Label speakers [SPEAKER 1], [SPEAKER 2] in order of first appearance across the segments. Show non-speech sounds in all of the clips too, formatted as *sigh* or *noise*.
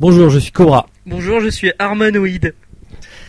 [SPEAKER 1] Bonjour, je suis Cobra.
[SPEAKER 2] Bonjour, je suis Harmanoïde.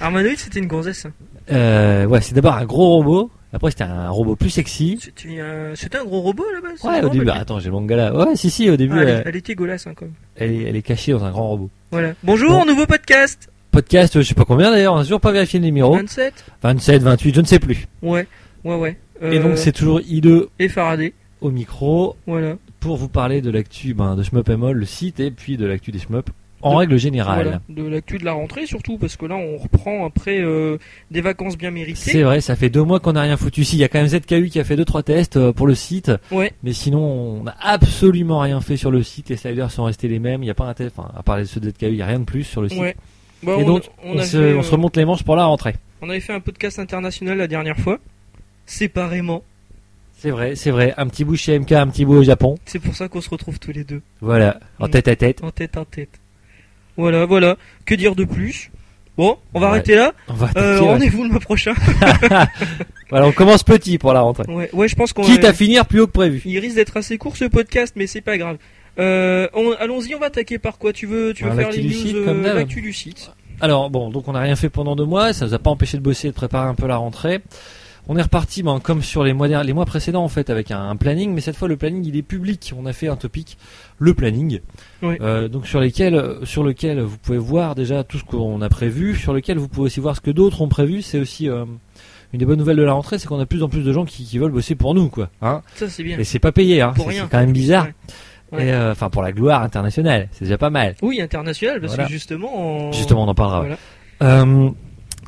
[SPEAKER 2] Harmanoïde, c'était une gonzesse.
[SPEAKER 1] Euh, ouais, c'est d'abord un gros robot. Après, c'était un robot plus sexy.
[SPEAKER 2] C'était un... c'était un gros robot à la base
[SPEAKER 1] Ouais,
[SPEAKER 2] non,
[SPEAKER 1] au début.
[SPEAKER 2] pas-
[SPEAKER 1] Attends, j'ai le manga là. Ouais, si, si, au début,
[SPEAKER 2] Ah, elle,
[SPEAKER 1] euh,
[SPEAKER 2] elle était golasse hein, quand même.
[SPEAKER 1] elle, est, elle est cachée dans un grand robot.
[SPEAKER 2] Voilà. Bonjour,
[SPEAKER 1] Bon.
[SPEAKER 2] nouveau podcast
[SPEAKER 1] Podcast, euh, je sais pas combien d'ailleurs, on a toujours pas vérifié le numéro.
[SPEAKER 2] 27
[SPEAKER 1] 27, 28, je ne sais plus.
[SPEAKER 2] Ouais, ouais, ouais. Euh,
[SPEAKER 1] Et donc, c'est toujours I2
[SPEAKER 2] Et Faraday,
[SPEAKER 1] au micro
[SPEAKER 2] voilà.
[SPEAKER 1] pour vous parler de l'actu ben, de Shmup Mol, le site, et puis de l'actu des Shmup en
[SPEAKER 2] De-
[SPEAKER 1] règle générale.
[SPEAKER 2] Voilà, De l'actu de la rentrée surtout, parce que là, on reprend après euh, des vacances bien
[SPEAKER 1] C'est
[SPEAKER 2] méritées.
[SPEAKER 1] vrai, ça fait deux mois qu'on n'a rien foutu. Si, il y a quand même ZKU qui a fait deux trois tests euh, pour le site,
[SPEAKER 2] Ouais.
[SPEAKER 1] mais sinon on n'a absolument rien fait sur le site. Les sliders sont restés les mêmes. Il n'y a pas un test, enfin, à part ceux de ZKU, il n'y a rien de plus sur le site.
[SPEAKER 2] Ouais. Bah,
[SPEAKER 1] Et
[SPEAKER 2] on,
[SPEAKER 1] donc,
[SPEAKER 2] on
[SPEAKER 1] On,
[SPEAKER 2] a
[SPEAKER 1] se,
[SPEAKER 2] fait,
[SPEAKER 1] on
[SPEAKER 2] euh,
[SPEAKER 1] se remonte les manches pour la rentrée.
[SPEAKER 2] on avait fait un podcast international la dernière fois, séparément.
[SPEAKER 1] C'est vrai, c'est vrai. Un petit bout chez MK, un petit bout au Japon.
[SPEAKER 2] C'est pour ça qu'on se retrouve tous les deux,
[SPEAKER 1] Voilà, en
[SPEAKER 2] Mm.
[SPEAKER 1] tête à tête.
[SPEAKER 2] en tête à tête. Voilà, voilà. Que dire de plus Bon, on va
[SPEAKER 1] Ouais.
[SPEAKER 2] arrêter là.
[SPEAKER 1] On va
[SPEAKER 2] Euh,
[SPEAKER 1] attaquer, ouais.
[SPEAKER 2] Rendez-vous le mois prochain. *laughs*
[SPEAKER 1] Voilà, on commence petit pour la rentrée.
[SPEAKER 2] Ouais, ouais, je pense qu'on.
[SPEAKER 1] Quitte à finir plus haut que prévu.
[SPEAKER 2] Il risque d'être assez court ce podcast, mais c'est pas grave. Euh, on- Allons-y, on va attaquer par quoi Tu veux, tu veux
[SPEAKER 1] Bah,
[SPEAKER 2] faire
[SPEAKER 1] l'actu
[SPEAKER 2] les
[SPEAKER 1] du site,
[SPEAKER 2] news euh,
[SPEAKER 1] comme d'hab.
[SPEAKER 2] l'actu du site
[SPEAKER 1] Alors bon, donc on n'a rien fait pendant deux mois, ça nous a pas empêché de bosser, et de préparer un peu la rentrée. On est reparti ben, comme sur les mois, derni- les mois précédents en fait avec un, un planning, mais cette fois le planning il est public. On a fait un topic, le planning,
[SPEAKER 2] Oui.
[SPEAKER 1] Euh, donc sur lesquels, sur lequel vous pouvez voir déjà tout ce qu'on a prévu, sur lequel vous pouvez aussi voir ce que d'autres ont prévu. C'est aussi euh, une des bonnes nouvelles de la rentrée, c'est qu'on a de plus en plus de gens qui, qui veulent bosser pour nous quoi. Hein
[SPEAKER 2] Ça, c'est bien.
[SPEAKER 1] Et c'est pas payé, hein.
[SPEAKER 2] Pour
[SPEAKER 1] C'est-
[SPEAKER 2] rien.
[SPEAKER 1] c'est quand même bizarre.
[SPEAKER 2] Ouais. Ouais.
[SPEAKER 1] Et, euh, Enfin pour la gloire internationale, c'est déjà pas mal.
[SPEAKER 2] Oui, international, parce
[SPEAKER 1] Voilà.
[SPEAKER 2] que justement. on-
[SPEAKER 1] Justement, on en parlera.
[SPEAKER 2] Voilà.
[SPEAKER 1] Euh,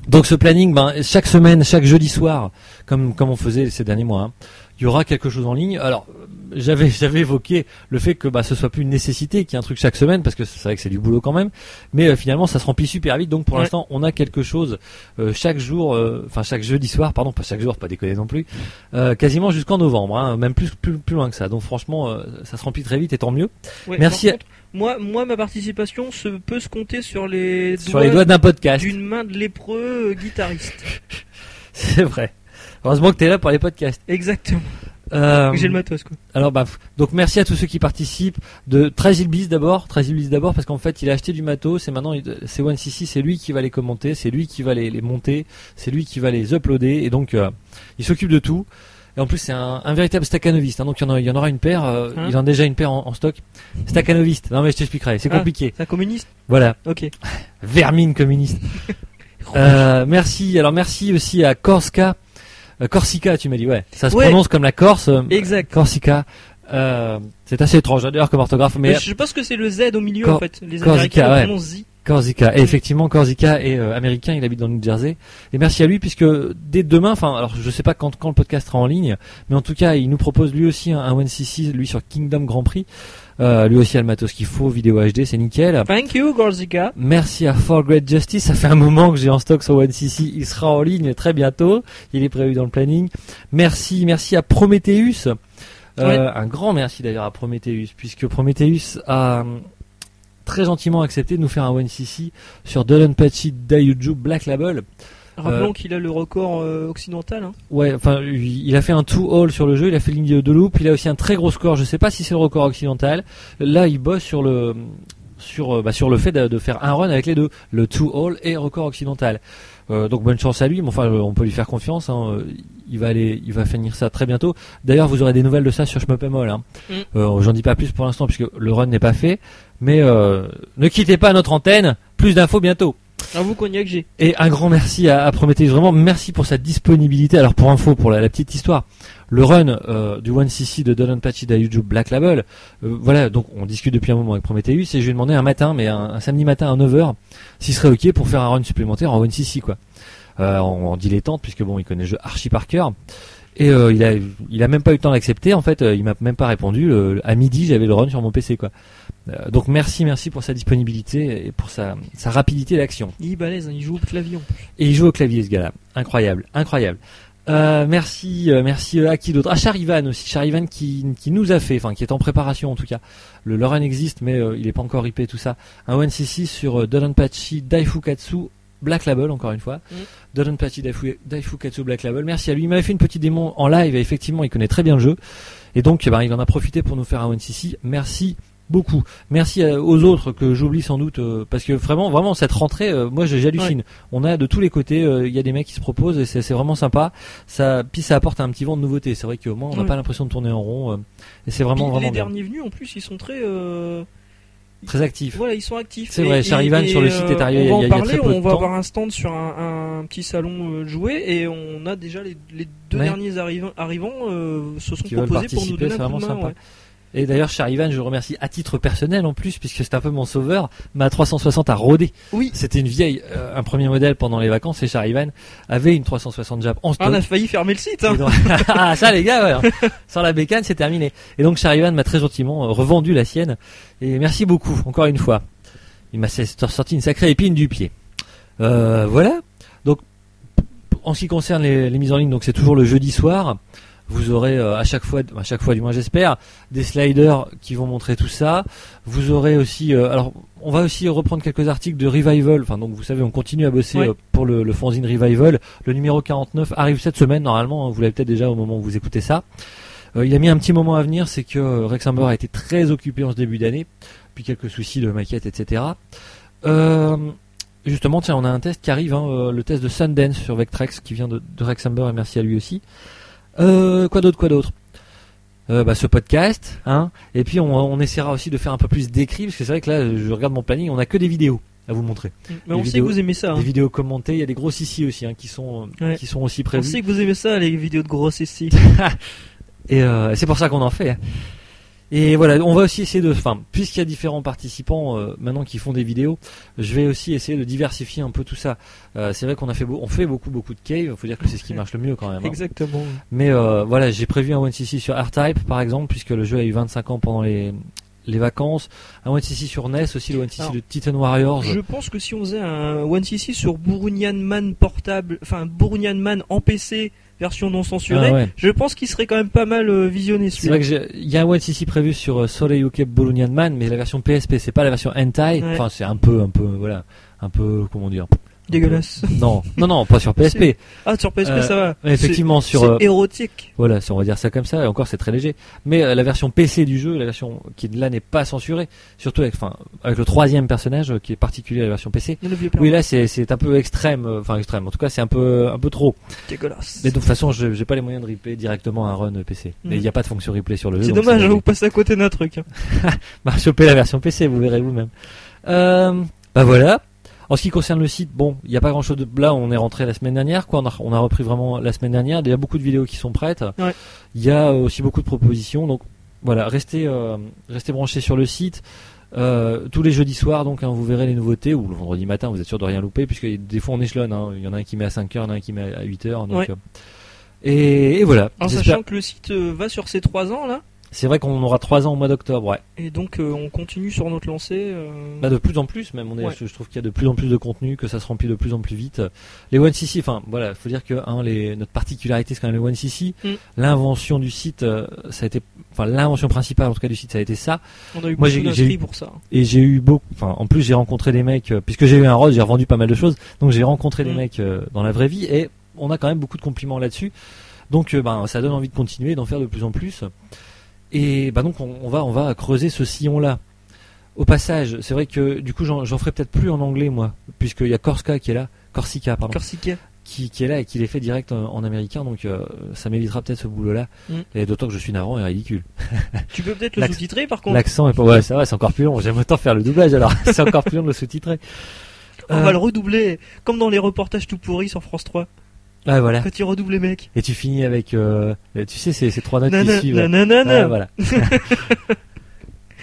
[SPEAKER 1] donc ce planning, ben, chaque semaine, chaque jeudi soir, comme, comme on faisait ces derniers mois, hein, il y aura quelque chose en ligne. Alors, euh, j'avais, *laughs* j'avais évoqué le fait que bah, ce soit plus une nécessité qu'il y ait un truc chaque semaine, parce que c'est vrai que c'est du boulot quand même, mais euh, finalement ça se remplit super vite, donc pour
[SPEAKER 2] Ouais.
[SPEAKER 1] l'instant on a quelque chose euh, chaque jour, euh, enfin chaque jeudi soir, pardon, pas chaque jour, pas déconner non plus, euh, quasiment jusqu'en novembre, hein, même plus, plus, plus loin que ça. Donc franchement, euh, ça se remplit très vite et tant mieux.
[SPEAKER 2] Ouais,
[SPEAKER 1] Merci
[SPEAKER 2] par
[SPEAKER 1] à-
[SPEAKER 2] contre, moi, moi, ma participation se, peut se compter sur les
[SPEAKER 1] Sur les doigts d'un podcast.
[SPEAKER 2] d'une main de lépreux euh, guitariste.
[SPEAKER 1] *laughs* C'est vrai. Heureusement que t'es là pour les podcasts.
[SPEAKER 2] Exactement.
[SPEAKER 1] Euh,
[SPEAKER 2] J'ai le matos, quoi.
[SPEAKER 1] alors bah f- donc merci à tous ceux qui participent de 13 Ilbis d'abord, 13 Ilbis d'abord parce qu'en fait il a acheté du matos et maintenant il- c'est One CC, c'est lui qui va les commenter, c'est lui qui va les, les monter, c'est lui qui va les uploader et donc euh, il s'occupe de tout. Et en plus c'est un, un véritable staccanoviste, hein, donc il y, en a- il y en aura une paire, euh,
[SPEAKER 2] Hein
[SPEAKER 1] il en a déjà une paire en, en stock. Staccanoviste, non mais je t'expliquerai, c'est
[SPEAKER 2] Ah.
[SPEAKER 1] compliqué.
[SPEAKER 2] C'est un communiste
[SPEAKER 1] Voilà,
[SPEAKER 2] Ok.
[SPEAKER 1] vermine
[SPEAKER 2] *laughs*
[SPEAKER 1] communiste. Euh, merci, alors merci aussi à Corsica, Euh, Corsica tu m'as dit, ouais, ça se
[SPEAKER 2] Ouais.
[SPEAKER 1] prononce comme la Corse. euh,
[SPEAKER 2] Exact.
[SPEAKER 1] Corsica. Euh, c'est assez étrange d'ailleurs comme orthographe, mais
[SPEAKER 2] Je pense que c'est le Z au milieu,
[SPEAKER 1] Cor-
[SPEAKER 2] en fait. Les
[SPEAKER 1] Corsica,
[SPEAKER 2] Américains le
[SPEAKER 1] ouais.
[SPEAKER 2] prononcent Z.
[SPEAKER 1] Corsica. Et effectivement, Corsica est euh, américain, il habite dans le New Jersey. Et merci à lui puisque dès demain, enfin, alors je sais pas quand, quand le podcast sera en ligne, mais en tout cas, il nous propose lui aussi un, un 1cc, lui sur Kingdom Grand Prix. Euh, lui aussi a le matos qu'il faut, vidéo HD, c'est nickel.
[SPEAKER 2] Thank you, Corsica.
[SPEAKER 1] Merci à For Great Justice. Ça fait un moment que j'ai en stock sur OneCC. Il sera en ligne très bientôt. Il est prévu dans le planning. Merci, merci à Prometheus. Euh, Un grand merci d'ailleurs à Prometheus, puisque Prometheus a hum, très gentiment accepté de nous faire un OneCC sur Dolan Pachi Dayuju Black Label.
[SPEAKER 2] Rappelons qu'il a le record euh, occidental. Hein.
[SPEAKER 1] Ouais, enfin, il il a fait un two all sur le jeu, il a fait ligne de loop, il a aussi un très gros score, je sais pas si c'est le record occidental. Là, il bosse sur le sur euh, bah, sur le fait de, de faire un run avec les deux, le two all et record occidental. Euh, donc bonne chance à lui, mais enfin euh, on peut lui faire confiance hein, euh, il va aller il va finir ça très bientôt. D'ailleurs, vous aurez des nouvelles de ça sur Shmuppemol hein.
[SPEAKER 2] Mm.
[SPEAKER 1] Euh, j'en dis pas plus pour l'instant puisque le run n'est pas fait, mais euh, ne quittez pas notre antenne, plus d'infos bientôt.
[SPEAKER 2] À vous, Cognac G.
[SPEAKER 1] Et un grand merci à, à Prometheus, vraiment merci pour sa disponibilité. Alors pour info, pour la, la petite histoire, le run euh, du 1cc de Don Pachi d'Ayuju Black Label, euh, voilà, donc on discute depuis un moment avec Prometheus et je lui ai demandé un matin, mais un, un samedi matin à 9h, s'il serait ok pour faire un run supplémentaire en 1cc quoi. Euh, en, en dilettante, puisque bon, il connaît le jeu archi par cœur. Et euh, il a il a même pas eu le temps d'accepter, en fait, euh, il m'a même pas répondu. Le- à midi, j'avais le run sur mon PC quoi. Euh, donc merci, merci pour sa disponibilité et pour sa, sa rapidité d'action.
[SPEAKER 2] Il est balèze, hein, il joue au clavier. en plus.
[SPEAKER 1] Et il joue au clavier ce gars-là. Incroyable, incroyable. Euh, merci, euh, merci euh, à qui d'autre À Charivan aussi, Charivan qui, qui nous a fait, enfin qui est en préparation en tout cas. Le Loran existe mais euh, il est pas encore IP tout ça. Un ONCC sur euh, Dodonpachi Daifukatsu Black Label encore une fois.
[SPEAKER 2] Mm.
[SPEAKER 1] Dodonpachi Daifu- Daifukatsu Black Label, merci à lui. Il m'avait fait une petite démon en live et effectivement il connaît très bien le jeu. Et donc eh ben, il en a profité pour nous faire un ONCC. Merci beaucoup. Merci à- aux autres que j'oublie sans doute euh, parce que vraiment vraiment cette rentrée euh, moi je- j'hallucine. On a de tous les côtés euh, il y a des mecs qui se proposent et c'est c'est vraiment sympa. Ça puis ça apporte un petit vent de nouveauté. C'est vrai qu'au moins on n'a
[SPEAKER 2] Ouais.
[SPEAKER 1] pas l'impression de tourner en rond euh, et c'est
[SPEAKER 2] Puis
[SPEAKER 1] vraiment
[SPEAKER 2] les
[SPEAKER 1] vraiment bien.
[SPEAKER 2] derniers venus, en plus, ils sont très. euh,
[SPEAKER 1] très actif.
[SPEAKER 2] Voilà, ils sont actifs.
[SPEAKER 1] C'est
[SPEAKER 2] Et-
[SPEAKER 1] vrai,
[SPEAKER 2] et-
[SPEAKER 1] Charivan
[SPEAKER 2] et,
[SPEAKER 1] sur le
[SPEAKER 2] euh,
[SPEAKER 1] site est arrivé il y a-
[SPEAKER 2] On va en
[SPEAKER 1] il y a
[SPEAKER 2] parler,
[SPEAKER 1] très peu de
[SPEAKER 2] on va
[SPEAKER 1] temps.
[SPEAKER 2] avoir un stand sur un, un petit salon euh, de jouets et on a déjà les, les deux
[SPEAKER 1] Ouais.
[SPEAKER 2] derniers arrivants, arrivants euh, se sont
[SPEAKER 1] Qui veulent
[SPEAKER 2] proposés pour
[SPEAKER 1] participer,
[SPEAKER 2] nous donner
[SPEAKER 1] c'est
[SPEAKER 2] un coup
[SPEAKER 1] vraiment
[SPEAKER 2] de main.
[SPEAKER 1] sympa.
[SPEAKER 2] ouais.
[SPEAKER 1] Et d'ailleurs, cher Ivan, je le remercie à titre personnel en plus, puisque c'est un peu mon sauveur. Ma 360 a rodé.
[SPEAKER 2] Oui.
[SPEAKER 1] C'était une vieille, euh, un premier modèle pendant les vacances. Et cher Ivan avait une 360 Jap en
[SPEAKER 2] Ah, on
[SPEAKER 1] stock.
[SPEAKER 2] a failli fermer le site.
[SPEAKER 1] Et
[SPEAKER 2] Hein.
[SPEAKER 1] donc- *laughs* ah ça les gars, ouais. sans la bécane c'est terminé. Et donc Charivan m'a très gentiment euh, revendu la sienne et merci beaucoup encore une fois. Il m'a sorti une sacrée épine du pied. Euh, voilà. Donc en ce qui concerne les, les mises en ligne, donc c'est toujours le jeudi soir. Vous aurez euh, à chaque fois, à chaque fois du moins j'espère, des sliders qui vont montrer tout ça. Vous aurez aussi, euh, alors on va aussi reprendre quelques articles de Revival. Enfin donc vous savez, on continue à bosser
[SPEAKER 2] Ouais.
[SPEAKER 1] euh, pour le, le fanzine Revival. Le numéro 49 arrive cette semaine normalement. hein, Vous l'avez peut-être déjà au moment où vous écoutez ça. Euh, il a mis un petit moment à venir, c'est que euh, Rex Amber a été très occupé en ce début d'année, puis quelques soucis de maquette, etc. Euh, justement, tiens, on a un test qui arrive, hein, euh, le test de Sundance sur Vectrex qui vient de, de Rex Amber et merci à lui aussi. Euh, quoi d'autre, quoi d'autre euh, bah, ce podcast, hein, et puis on, on essaiera aussi de faire un peu plus d'écrit, parce que c'est vrai que là, je regarde mon planning, on a que des vidéos à vous montrer,
[SPEAKER 2] Mais
[SPEAKER 1] les
[SPEAKER 2] on sait que
[SPEAKER 1] vidéos-
[SPEAKER 2] vous aimez ça. hein.
[SPEAKER 1] des vidéos commentées, il y a des gros ici aussi hein, qui sont euh,
[SPEAKER 2] Ouais.
[SPEAKER 1] qui sont aussi
[SPEAKER 2] On
[SPEAKER 1] prévues.
[SPEAKER 2] sait que vous aimez ça, les vidéos de grosses ici.
[SPEAKER 1] Et euh, c'est pour ça qu'on en fait. hein. Et voilà, on va aussi essayer de, enfin, puisqu'il y a différents participants euh, maintenant qui font des vidéos, je vais aussi essayer de diversifier un peu tout ça. Euh, c'est vrai qu'on a fait, beau- on fait beaucoup, beaucoup de caves. Faut dire que c'est ce qui marche le mieux quand même. hein.
[SPEAKER 2] *laughs* Exactement.
[SPEAKER 1] Mais euh, voilà, j'ai prévu un 1cc sur R-Type par exemple, puisque le jeu a eu 25 ans pendant les les vacances. Un 1cc sur NES aussi, le 1cc
[SPEAKER 2] Alors,
[SPEAKER 1] de Titan Warriors.
[SPEAKER 2] Je pense que si on faisait un One CC sur Burunian Man portable, enfin Burunian Man en PC version non censurée,
[SPEAKER 1] Ah ouais.
[SPEAKER 2] je pense qu'il serait quand même pas mal euh, visionné
[SPEAKER 1] C'est
[SPEAKER 2] celui-là.
[SPEAKER 1] vrai que j'ai- il y a un One CC prévu sur euh, Soleil UK Bolognian Man, mais la version PSP, c'est pas la version hentai.
[SPEAKER 2] Ouais.
[SPEAKER 1] Enfin, c'est un peu, un peu, voilà, un peu, comment dire.
[SPEAKER 2] Dégueulasse. *laughs*
[SPEAKER 1] Non, non, non, pas sur PSP.
[SPEAKER 2] Ah, sur PSP
[SPEAKER 1] Euh,
[SPEAKER 2] ça va.
[SPEAKER 1] Mais effectivement,
[SPEAKER 2] C'est
[SPEAKER 1] sur euh,
[SPEAKER 2] c'est érotique.
[SPEAKER 1] voilà, si on va dire ça comme ça, et encore c'est très léger. Mais euh, la version PC du jeu, la version qui là n'est pas censurée, surtout avec, enfin, avec le troisième personnage euh, qui est particulier à la version PC.
[SPEAKER 2] Il y en a vieux
[SPEAKER 1] Oui, là c'est c'est un peu extrême, euh, enfin extrême. En tout cas, c'est un peu, un peu trop.
[SPEAKER 2] Dégueulasse.
[SPEAKER 1] Mais de toute façon, je- j'ai pas les moyens de replay directement un run PC.
[SPEAKER 2] Mhm.
[SPEAKER 1] Et il n'y a pas de fonction replay sur le jeu.
[SPEAKER 2] C'est
[SPEAKER 1] donc
[SPEAKER 2] dommage, hein,
[SPEAKER 1] léger.
[SPEAKER 2] vous passez à côté d'un truc. hein.
[SPEAKER 1] Bah, chopez la version PC, vous verrez vous-même. Euh, bah voilà. En ce qui concerne le site, bon, il n'y a pas grand-chose de... Là, on est rentré la semaine dernière, quoi. On a, on a repris vraiment la semaine dernière. Il y a beaucoup de vidéos qui sont prêtes. Il
[SPEAKER 2] Ouais.
[SPEAKER 1] y a euh, aussi beaucoup de propositions. Donc, voilà, restez, euh, restez branchés sur le site. Euh, tous les jeudis soirs, donc, hein, vous verrez les nouveautés. Ou le vendredi matin, vous êtes sûr de rien louper, puisque des fois, on échelonne. hein. Il y en a un qui met à 5h, il y en a un qui met à 8h. Donc,
[SPEAKER 2] Ouais.
[SPEAKER 1] euh, et, et voilà.
[SPEAKER 2] En
[SPEAKER 1] J'espère-
[SPEAKER 2] sachant que le site euh, va sur ses 3 ans là,
[SPEAKER 1] C'est vrai qu'on aura 3 ans au mois d'octobre, ouais.
[SPEAKER 2] et donc euh, on continue sur notre lancée. euh,
[SPEAKER 1] Bah, de plus en plus, même on est,
[SPEAKER 2] Ouais.
[SPEAKER 1] je, je trouve qu'il y a de plus en plus de contenu, que ça se remplit de plus en plus vite. Les One CC, enfin voilà, faut dire que hein, les, notre particularité c'est quand même les One CC.
[SPEAKER 2] Mm.
[SPEAKER 1] L'invention du site, euh, ça a été, enfin l'invention principale en tout cas du site, ça a été ça.
[SPEAKER 2] on a eu
[SPEAKER 1] moi,
[SPEAKER 2] beaucoup
[SPEAKER 1] j'ai- j'ai-
[SPEAKER 2] d'inscrits pour ça. hein.
[SPEAKER 1] Et j'ai eu beaucoup, enfin en plus j'ai rencontré des mecs, euh, puisque j'ai eu un rôle, j'ai revendu pas mal de choses, donc j'ai rencontré des
[SPEAKER 2] Mm.
[SPEAKER 1] mecs euh, dans la vraie vie et on a quand même beaucoup de compliments là-dessus. Donc euh, ben ça donne envie de continuer, d'en faire de plus en plus. Et bah donc on, on va on va creuser ce sillon là. Au passage, c'est vrai que du coup j'en j'en ferai peut-être plus en anglais moi, puisqu'il y a Corsica qui est là, Corsica pardon,
[SPEAKER 2] Corsica.
[SPEAKER 1] qui, qui est là et qui les fait direct en, en américain, donc euh, ça m'évitera peut-être ce boulot là.
[SPEAKER 2] Mm.
[SPEAKER 1] Et d'autant que je suis navrant et ridicule.
[SPEAKER 2] Tu peux peut-être le
[SPEAKER 1] L'accent-
[SPEAKER 2] sous-titrer par contre.
[SPEAKER 1] L'accent est pas ouais ça va, c'est encore plus long. J'aime autant faire le doublage alors, *laughs* c'est encore plus long de le sous-titrer.
[SPEAKER 2] On
[SPEAKER 1] Euh,
[SPEAKER 2] va le redoubler, comme dans les reportages tout pourris sur France 3.
[SPEAKER 1] Ouais, voilà.
[SPEAKER 2] Quand ils redoublent les mecs.
[SPEAKER 1] Et tu finis avec, euh, tu sais, ces, ces trois notes qui
[SPEAKER 2] Nanana,
[SPEAKER 1] suivent. là. Ouais,
[SPEAKER 2] nanana. *laughs*
[SPEAKER 1] voilà.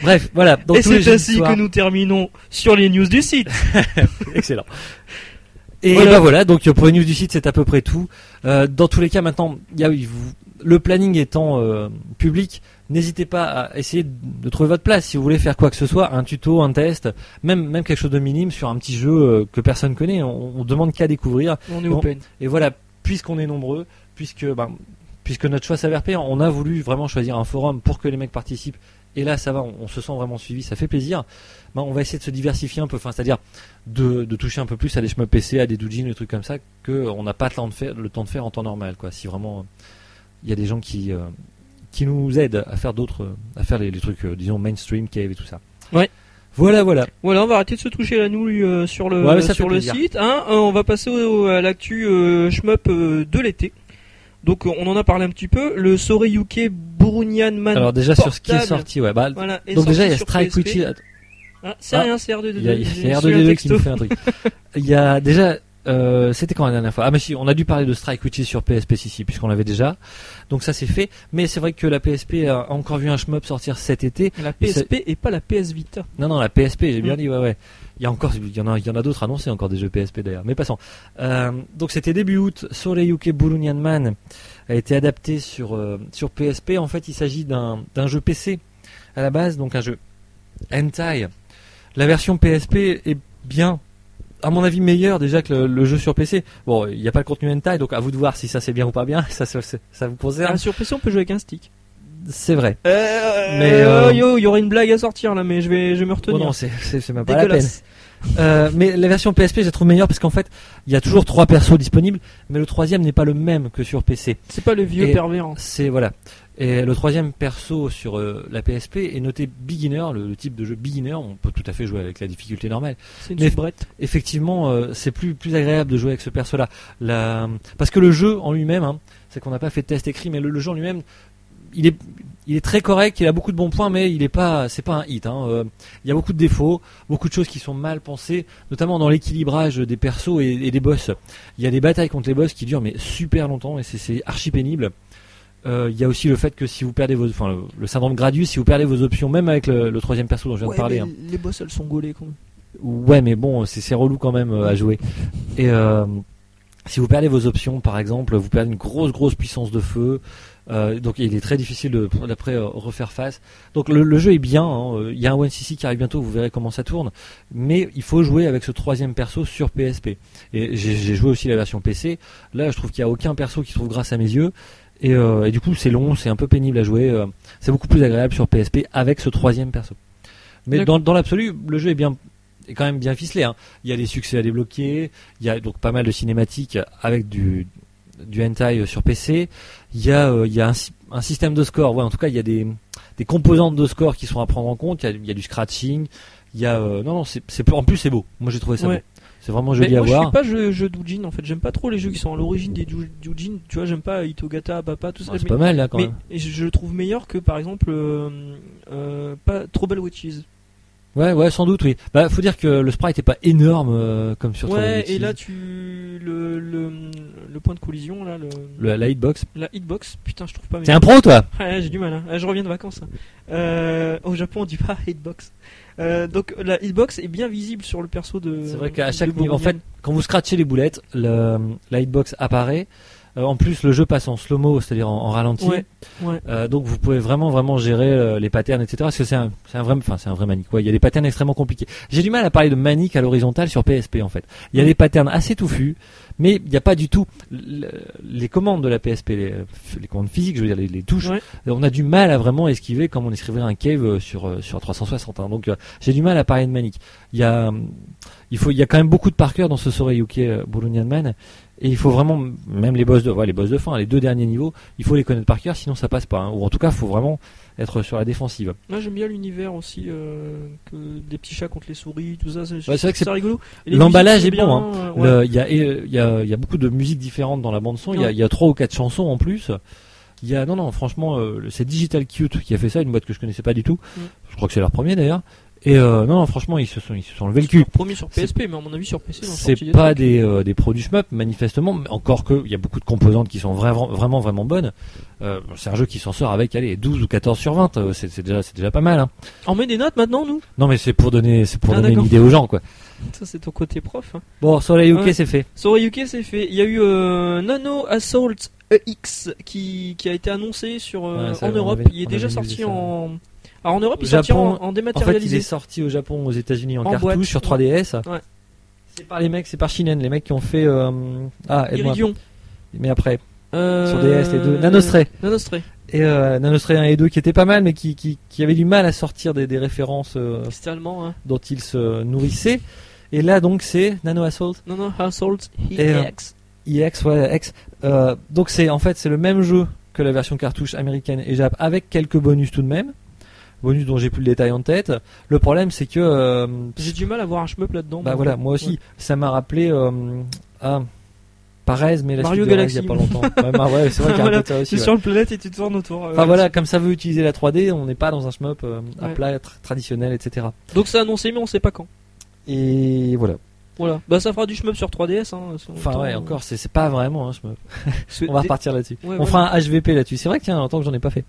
[SPEAKER 1] Bref, voilà. Donc,
[SPEAKER 2] Et
[SPEAKER 1] tous les
[SPEAKER 2] c'est
[SPEAKER 1] jeudis
[SPEAKER 2] ainsi
[SPEAKER 1] soirs-
[SPEAKER 2] que nous terminons sur les news du site.
[SPEAKER 1] Excellent. Et
[SPEAKER 2] Voilà.
[SPEAKER 1] bah voilà, donc pour les news du site, c'est à peu près tout. Euh, dans tous les cas, maintenant, il y a, il vous- le planning étant euh, public, n'hésitez pas à essayer de trouver votre place. Si vous voulez faire quoi que ce soit, un tuto, un test, même, même quelque chose de minime sur un petit jeu euh, que personne connaît, on, on demande qu'à découvrir.
[SPEAKER 2] On est
[SPEAKER 1] bah, Bon.
[SPEAKER 2] open.
[SPEAKER 1] Et voilà, puisqu'on est nombreux, puisque, ben, puisque notre choix s'avère payant, on a voulu vraiment choisir un forum pour que les mecs participent. Et là, ça va, on, on se sent vraiment suivi, ça fait plaisir. Ben, on va essayer de se diversifier un peu, enfin, c'est-à-dire de, de toucher un peu plus à des chemins PC, à des doujins, des trucs comme ça, que on n'a pas le temps de faire, le temps de faire en temps normal, quoi. Si vraiment euh, il y a des gens qui, euh, qui nous aide à faire d'autres, euh, à faire les, les trucs, euh, disons, mainstream, cave et tout ça.
[SPEAKER 2] Ouais.
[SPEAKER 1] Voilà, voilà.
[SPEAKER 2] Voilà, on va arrêter de se toucher la nouille euh, sur le,
[SPEAKER 1] Ouais, mais ça
[SPEAKER 2] sur
[SPEAKER 1] fait
[SPEAKER 2] le
[SPEAKER 1] plaisir.
[SPEAKER 2] site. hein. Euh, on va passer au- à l'actu euh, shmup euh, de l'été. Donc euh, on en a parlé un petit peu. Le Soreyuke Burunian Man.
[SPEAKER 1] Alors déjà sur ce qui est
[SPEAKER 2] portable.
[SPEAKER 1] sorti, ouais. Bah,
[SPEAKER 2] voilà, est
[SPEAKER 1] donc
[SPEAKER 2] sorti
[SPEAKER 1] déjà il y a
[SPEAKER 2] sur
[SPEAKER 1] Strike
[SPEAKER 2] PSP.
[SPEAKER 1] Witchy.
[SPEAKER 2] Ah, c'est
[SPEAKER 1] Ah,
[SPEAKER 2] rien, c'est R2D2.
[SPEAKER 1] Il y a, il y a R2D2
[SPEAKER 2] J'ai un
[SPEAKER 1] qui nous
[SPEAKER 2] texto.
[SPEAKER 1] fait un truc. Il y a déjà. euh, c'était quand la dernière fois Ah mais si, on a dû parler de Strike Witches sur PSP si si, puisqu'on l'avait déjà. Donc ça c'est fait. Mais c'est vrai que la PSP a encore vu un shmup sortir cet été.
[SPEAKER 2] La PSP et pas la PS Vita.
[SPEAKER 1] Non non la PSP, j'ai bien
[SPEAKER 2] Mm.
[SPEAKER 1] dit ouais ouais. Il y a encore, il y en a, il y en a d'autres annoncés encore des jeux PSP d'ailleurs. Mais passons. Euh, donc c'était début août. Soreyuke Burunian Man a été adapté sur euh, sur PSP. En fait il s'agit d'un d'un jeu PC à la base, donc un jeu hentai. La version PSP est bien, à mon avis, meilleure déjà que le, le jeu sur PC. Bon, il n'y a pas le contenu hentai, donc à vous de voir si ça c'est bien ou pas bien, *laughs* ça, ça, ça vous
[SPEAKER 2] Ah,
[SPEAKER 1] concerne.
[SPEAKER 2] sur PC, on peut jouer avec un stick.
[SPEAKER 1] C'est vrai.
[SPEAKER 2] mais
[SPEAKER 1] euh,
[SPEAKER 2] yo, il y aurait une blague à sortir là, mais je vais, je vais me
[SPEAKER 1] Oh
[SPEAKER 2] retenir.
[SPEAKER 1] non, c'est- c'est c'est même pas la peine.
[SPEAKER 2] Dégueulasse.
[SPEAKER 1] Euh, mais la version PSP, je la trouve meilleure parce qu'en fait, il y a toujours trois persos disponibles, mais le troisième n'est pas le même que sur PC.
[SPEAKER 2] C'est pas le vieux
[SPEAKER 1] Et-
[SPEAKER 2] pervers. hein.
[SPEAKER 1] C'est voilà. Et le troisième perso sur euh, la PSP est noté beginner, le, le type de jeu beginner. On peut tout à fait jouer avec la difficulté normale.
[SPEAKER 2] C'est une
[SPEAKER 1] Mais-
[SPEAKER 2] soubrette.
[SPEAKER 1] effectivement, euh, c'est plus plus agréable de jouer avec ce perso-là. La- Parce que le jeu en lui-même, hein, c'est qu'on n'a pas fait de test écrit, mais le, le jeu en lui-même, il est il est très correct, il a beaucoup de bons points, mais il est pas, c'est pas un hit. hein. Euh, il y a beaucoup de défauts, beaucoup de choses qui sont mal pensées, notamment dans l'équilibrage des persos et, et des boss. Il y a des batailles contre les boss qui durent mais super longtemps et c'est- c'est archi pénible. Euh, il y a aussi le fait que si vous perdez vos, enfin le, le syndrome Gradius, si vous perdez vos options, même avec le, le troisième perso dont je viens
[SPEAKER 2] Ouais,
[SPEAKER 1] de parler.
[SPEAKER 2] mais
[SPEAKER 1] hein.
[SPEAKER 2] Les boss, elles sont gaulées quand même.
[SPEAKER 1] Ouais, mais bon, c'est c'est relou quand même euh, à jouer. Et euh, si vous perdez vos options, par exemple, vous perdez une grosse, grosse puissance de feu. Euh, donc il est très difficile de- d'après euh, refaire face. Donc le, le jeu est bien. hein. Euh, Il y a un One CC qui arrive bientôt. Vous verrez comment ça tourne. Mais il faut jouer avec ce troisième perso sur PSP. Et j'ai j'ai joué aussi la version PC. Là, je trouve qu'il y a aucun perso qui se trouve grâce à mes yeux. Et, euh, et du coup, c'est long, c'est un peu pénible à jouer. euh, c'est beaucoup plus agréable sur PSP avec ce troisième perso. Mais
[SPEAKER 2] D'accord.
[SPEAKER 1] dans, dans l'absolu, le jeu est bien est quand même bien ficelé. hein. Il y a des succès à débloquer, il y a donc pas mal de cinématiques avec du, du hentai euh, sur PC. Il y a, euh, il y a un, sy- un système de score, ouais, en tout cas, il y a des, des composantes de score qui sont à prendre en compte. Il y a, il y a du scratching, il y a. euh, non, non, c'est, c'est- en plus, c'est beau. Moi, j'ai trouvé ça
[SPEAKER 2] Ouais.
[SPEAKER 1] beau. C'est vraiment
[SPEAKER 2] Mais
[SPEAKER 1] joli à
[SPEAKER 2] moi, je
[SPEAKER 1] voir.
[SPEAKER 2] suis pas jeu, jeu doujin en fait. J'aime pas trop les jeux qui sont à l'origine des dou- doujin. Tu vois, j'aime pas Itogata, Bappa, tout ça.
[SPEAKER 1] Ouais, c'est
[SPEAKER 2] mais
[SPEAKER 1] pas mal là quand
[SPEAKER 2] mais
[SPEAKER 1] même.
[SPEAKER 2] je je le trouve meilleur que par exemple euh, euh, pas Trouble Witches.
[SPEAKER 1] Ouais, ouais, sans doute, oui. Bah, faut dire que le sprite est pas énorme euh, comme sur Trouble
[SPEAKER 2] ouais,
[SPEAKER 1] Witches.
[SPEAKER 2] et là tu le, le le point de collision là, le,
[SPEAKER 1] Le- la hitbox.
[SPEAKER 2] la hitbox. Putain, je trouve pas.
[SPEAKER 1] T'es
[SPEAKER 2] Meilleur.
[SPEAKER 1] un pro, toi
[SPEAKER 2] *laughs* Ouais, j'ai du mal. hein. Ah, Je reviens de vacances. hein. Euh, au Japon, on dit pas *laughs* hitbox. Euh, donc la hitbox est bien visible sur le perso de.
[SPEAKER 1] C'est vrai qu'à
[SPEAKER 2] de
[SPEAKER 1] chaque niveau, en fait,
[SPEAKER 2] Boromir.
[SPEAKER 1] quand vous scratchez les boulettes, le, la hitbox apparaît. Euh, en plus, le jeu passe en slow-mo, c'est-à-dire en, en ralenti.
[SPEAKER 2] Ouais, ouais.
[SPEAKER 1] Euh, donc, vous pouvez vraiment, vraiment gérer euh, les patterns, etc. Parce que c'est un, c'est un vrai, enfin, c'est un vrai manique. Ouais, il y a des patterns extrêmement compliqués. J'ai du mal à parler de manique à l'horizontale sur PSP, en fait. Il y a des patterns assez touffus, mais il n'y a pas du tout le- les commandes de la PSP, les, les commandes physiques, je veux dire les, les touches.
[SPEAKER 2] Ouais.
[SPEAKER 1] On a du mal à vraiment esquiver comme on esquiverait un cave euh, sur euh, sur 360. hein. Donc, euh, j'ai du mal à parler de manique. Il y a hum, il faut il y a quand même beaucoup de par cœur dans ce Soreyuke euh, Burunian Man et il faut vraiment même les boss de ouais, les boss de fin hein, les deux derniers niveaux il faut les connaître par cœur sinon ça passe pas hein. ou en tout cas faut vraiment être sur la défensive
[SPEAKER 2] Moi j'aime bien l'univers aussi, euh, que des petits chats contre les souris, tout ça, c'est
[SPEAKER 1] Ouais, c'est vrai que c'est-
[SPEAKER 2] rigolo. Et les
[SPEAKER 1] l'emballage
[SPEAKER 2] musiques,
[SPEAKER 1] est
[SPEAKER 2] c'est
[SPEAKER 1] bon,
[SPEAKER 2] bien, euh,
[SPEAKER 1] Le-
[SPEAKER 2] ouais.
[SPEAKER 1] il y a euh, il y a il y a beaucoup de musiques différentes dans la bande son il y a
[SPEAKER 2] Ouais.
[SPEAKER 1] il y a trois ou quatre chansons en plus il y a non non franchement euh, le- c'est Digital Cute qui a fait ça une boîte que je connaissais pas du tout
[SPEAKER 2] Mm.
[SPEAKER 1] je crois que c'est leur premier d'ailleurs et euh, non, non franchement ils se sont ils se sont levé le cul
[SPEAKER 2] Leur Premier sur
[SPEAKER 1] C'est-
[SPEAKER 2] PSP, mais à mon avis sur PC, ils ont sorti
[SPEAKER 1] C'est
[SPEAKER 2] des
[SPEAKER 1] pas des, euh, des produits shmup, manifestement, mais encore que il y a beaucoup de composantes qui sont vraiment vraiment, vraiment bonnes. Euh, c'est un jeu qui s'en sort avec allez, 12 ou 14 sur 20, euh, c'est c'est déjà, c'est déjà pas mal. hein.
[SPEAKER 2] trucs. On met des notes
[SPEAKER 1] *laughs*
[SPEAKER 2] maintenant, nous
[SPEAKER 1] Non mais c'est pour donner, c'est pour
[SPEAKER 2] Ah,
[SPEAKER 1] donner une
[SPEAKER 2] d'accord.
[SPEAKER 1] idée aux gens quoi.
[SPEAKER 2] Ça, c'est ton côté prof. Hein.
[SPEAKER 1] Bon, Soleil OK
[SPEAKER 2] Ouais.
[SPEAKER 1] c'est fait.
[SPEAKER 2] Sorayuke, c'est fait. Il y a eu euh, Nano Assault EX qui, qui a été annoncé sur, euh,
[SPEAKER 1] Ouais, ça,
[SPEAKER 2] en
[SPEAKER 1] on
[SPEAKER 2] Europe.
[SPEAKER 1] avait-
[SPEAKER 2] il est
[SPEAKER 1] on
[SPEAKER 2] déjà
[SPEAKER 1] avait
[SPEAKER 2] sorti
[SPEAKER 1] vu ça.
[SPEAKER 2] en. Alors en Europe, il est
[SPEAKER 1] Au
[SPEAKER 2] sorti
[SPEAKER 1] Japon,
[SPEAKER 2] en, en
[SPEAKER 1] En fait, il
[SPEAKER 2] dématérialisé.
[SPEAKER 1] est sorti au Japon, aux États-Unis en,
[SPEAKER 2] En
[SPEAKER 1] cartouche
[SPEAKER 2] boîte.
[SPEAKER 1] sur 3DS.
[SPEAKER 2] Ouais.
[SPEAKER 1] C'est par les mecs, c'est par Shinen, les mecs qui ont fait euh, ah, aide-moi.
[SPEAKER 2] Iridium.
[SPEAKER 1] Mais après
[SPEAKER 2] Euh,
[SPEAKER 1] sur DS les deux Nanostray
[SPEAKER 2] Nanostray.
[SPEAKER 1] et euh, Nanostray 1 et 2 qui étaient pas mal mais qui qui, qui avaient du mal à sortir des, des références euh,
[SPEAKER 2] C'était allemand, hein.
[SPEAKER 1] dont ils se nourrissaient. Et là donc c'est Nano Assault
[SPEAKER 2] Nano Assault E
[SPEAKER 1] Et, euh,
[SPEAKER 2] EX.
[SPEAKER 1] IX, ouais, X. Euh, donc c'est en fait c'est le même jeu que la version cartouche américaine et Jap, avec quelques bonus tout de même. Bonus dont j'ai plus le détail en tête. Le problème, c'est que. euh,
[SPEAKER 2] J'ai du mal à voir un shmup là-dedans.
[SPEAKER 1] bah
[SPEAKER 2] donc, euh,
[SPEAKER 1] voilà, moi aussi,
[SPEAKER 2] ouais.
[SPEAKER 1] ça m'a rappelé. Euh, ah, Parez, mais la
[SPEAKER 2] Mario
[SPEAKER 1] suite de
[SPEAKER 2] Galaxy.
[SPEAKER 1] Rez il y a pas longtemps.
[SPEAKER 2] *laughs*
[SPEAKER 1] ouais, bah ouais, c'est vrai qu'il y a un
[SPEAKER 2] Voilà,
[SPEAKER 1] peu de ça aussi.
[SPEAKER 2] C'est
[SPEAKER 1] ouais.
[SPEAKER 2] sur le planète et tu te tournes autour. euh,
[SPEAKER 1] Enfin voilà, comme ça veut utiliser la 3D, on n'est pas dans un shmup euh, à
[SPEAKER 2] Ouais.
[SPEAKER 1] plat tr- traditionnel, etc.
[SPEAKER 2] Donc c'est annoncé, mais on sait pas quand.
[SPEAKER 1] Et voilà.
[SPEAKER 2] Voilà. Bah ça fera du shmup sur 3DS. Hein, si on
[SPEAKER 1] Enfin
[SPEAKER 2] entend,
[SPEAKER 1] ouais,
[SPEAKER 2] euh,
[SPEAKER 1] encore, c'est c'est pas vraiment un shmup.
[SPEAKER 2] ce-
[SPEAKER 1] On va
[SPEAKER 2] des-
[SPEAKER 1] repartir là-dessus.
[SPEAKER 2] Ouais,
[SPEAKER 1] on
[SPEAKER 2] voilà.
[SPEAKER 1] fera un HVP là-dessus. C'est vrai qu'il y a longtemps que j'en ai pas fait.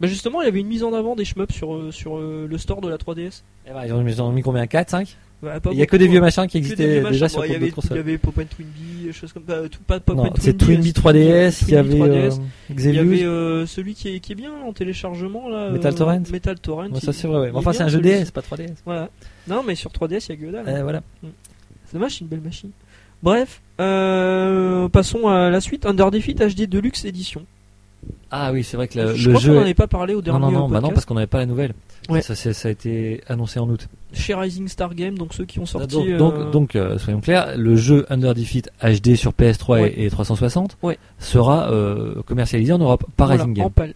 [SPEAKER 2] Bah justement, il y avait une mise en avant des shmups sur, euh, sur euh, le store de la 3DS.
[SPEAKER 1] Eh ben, ils en- ils en ont mis combien 4, 5
[SPEAKER 2] Bah, pas
[SPEAKER 1] Il y a
[SPEAKER 2] beaucoup,
[SPEAKER 1] que des
[SPEAKER 2] hein.
[SPEAKER 1] vieux machins qui
[SPEAKER 2] Que des vieux
[SPEAKER 1] existaient
[SPEAKER 2] machins.
[SPEAKER 1] déjà sur
[SPEAKER 2] Bah, Il y
[SPEAKER 1] d'autres
[SPEAKER 2] avait- il y
[SPEAKER 1] consoles.
[SPEAKER 2] avait Pop and Twinbee, euh, choses comme ça. Tout, pas Pop hein,
[SPEAKER 1] Non,
[SPEAKER 2] and
[SPEAKER 1] c'est Twinbee 3DS, il y avait euh,
[SPEAKER 2] Il y
[SPEAKER 1] Xevious.
[SPEAKER 2] avait euh, celui qui est, qui est bien en téléchargement là.
[SPEAKER 1] Metal
[SPEAKER 2] euh,
[SPEAKER 1] Torrent
[SPEAKER 2] Metal Torrent.
[SPEAKER 1] Ouais, ça
[SPEAKER 2] il-
[SPEAKER 1] c'est vrai, ouais.
[SPEAKER 2] il est
[SPEAKER 1] Enfin,
[SPEAKER 2] bien,
[SPEAKER 1] c'est un jeu
[SPEAKER 2] celui-ci.
[SPEAKER 1] DS, pas 3DS.
[SPEAKER 2] Voilà. Non, mais sur 3DS, il y a que dalle. hein.
[SPEAKER 1] Euh, voilà.
[SPEAKER 2] C'est dommage, c'est une belle machine. Bref, euh, passons à la suite. Under Defeat HD Deluxe Edition.
[SPEAKER 1] Ah oui, c'est vrai que le,
[SPEAKER 2] je
[SPEAKER 1] le
[SPEAKER 2] crois qu'on
[SPEAKER 1] jeu.
[SPEAKER 2] n'en avait pas parlé au
[SPEAKER 1] Non,
[SPEAKER 2] dernier
[SPEAKER 1] non, non, bah
[SPEAKER 2] podcast.
[SPEAKER 1] non, parce qu'on n'avait pas la nouvelle.
[SPEAKER 2] Ouais.
[SPEAKER 1] Ça, c'est- ça a été annoncé en août.
[SPEAKER 2] Chez Rising Star Game, donc ceux qui ont sorti.
[SPEAKER 1] Ah, donc,
[SPEAKER 2] euh,
[SPEAKER 1] donc, donc, euh, soyons clairs, le jeu Under Defeat HD sur PS3 et-
[SPEAKER 2] Ouais.
[SPEAKER 1] et, 360
[SPEAKER 2] Ouais.
[SPEAKER 1] sera euh, commercialisé en Europe par
[SPEAKER 2] voilà,
[SPEAKER 1] Rising
[SPEAKER 2] En
[SPEAKER 1] Game.
[SPEAKER 2] pal.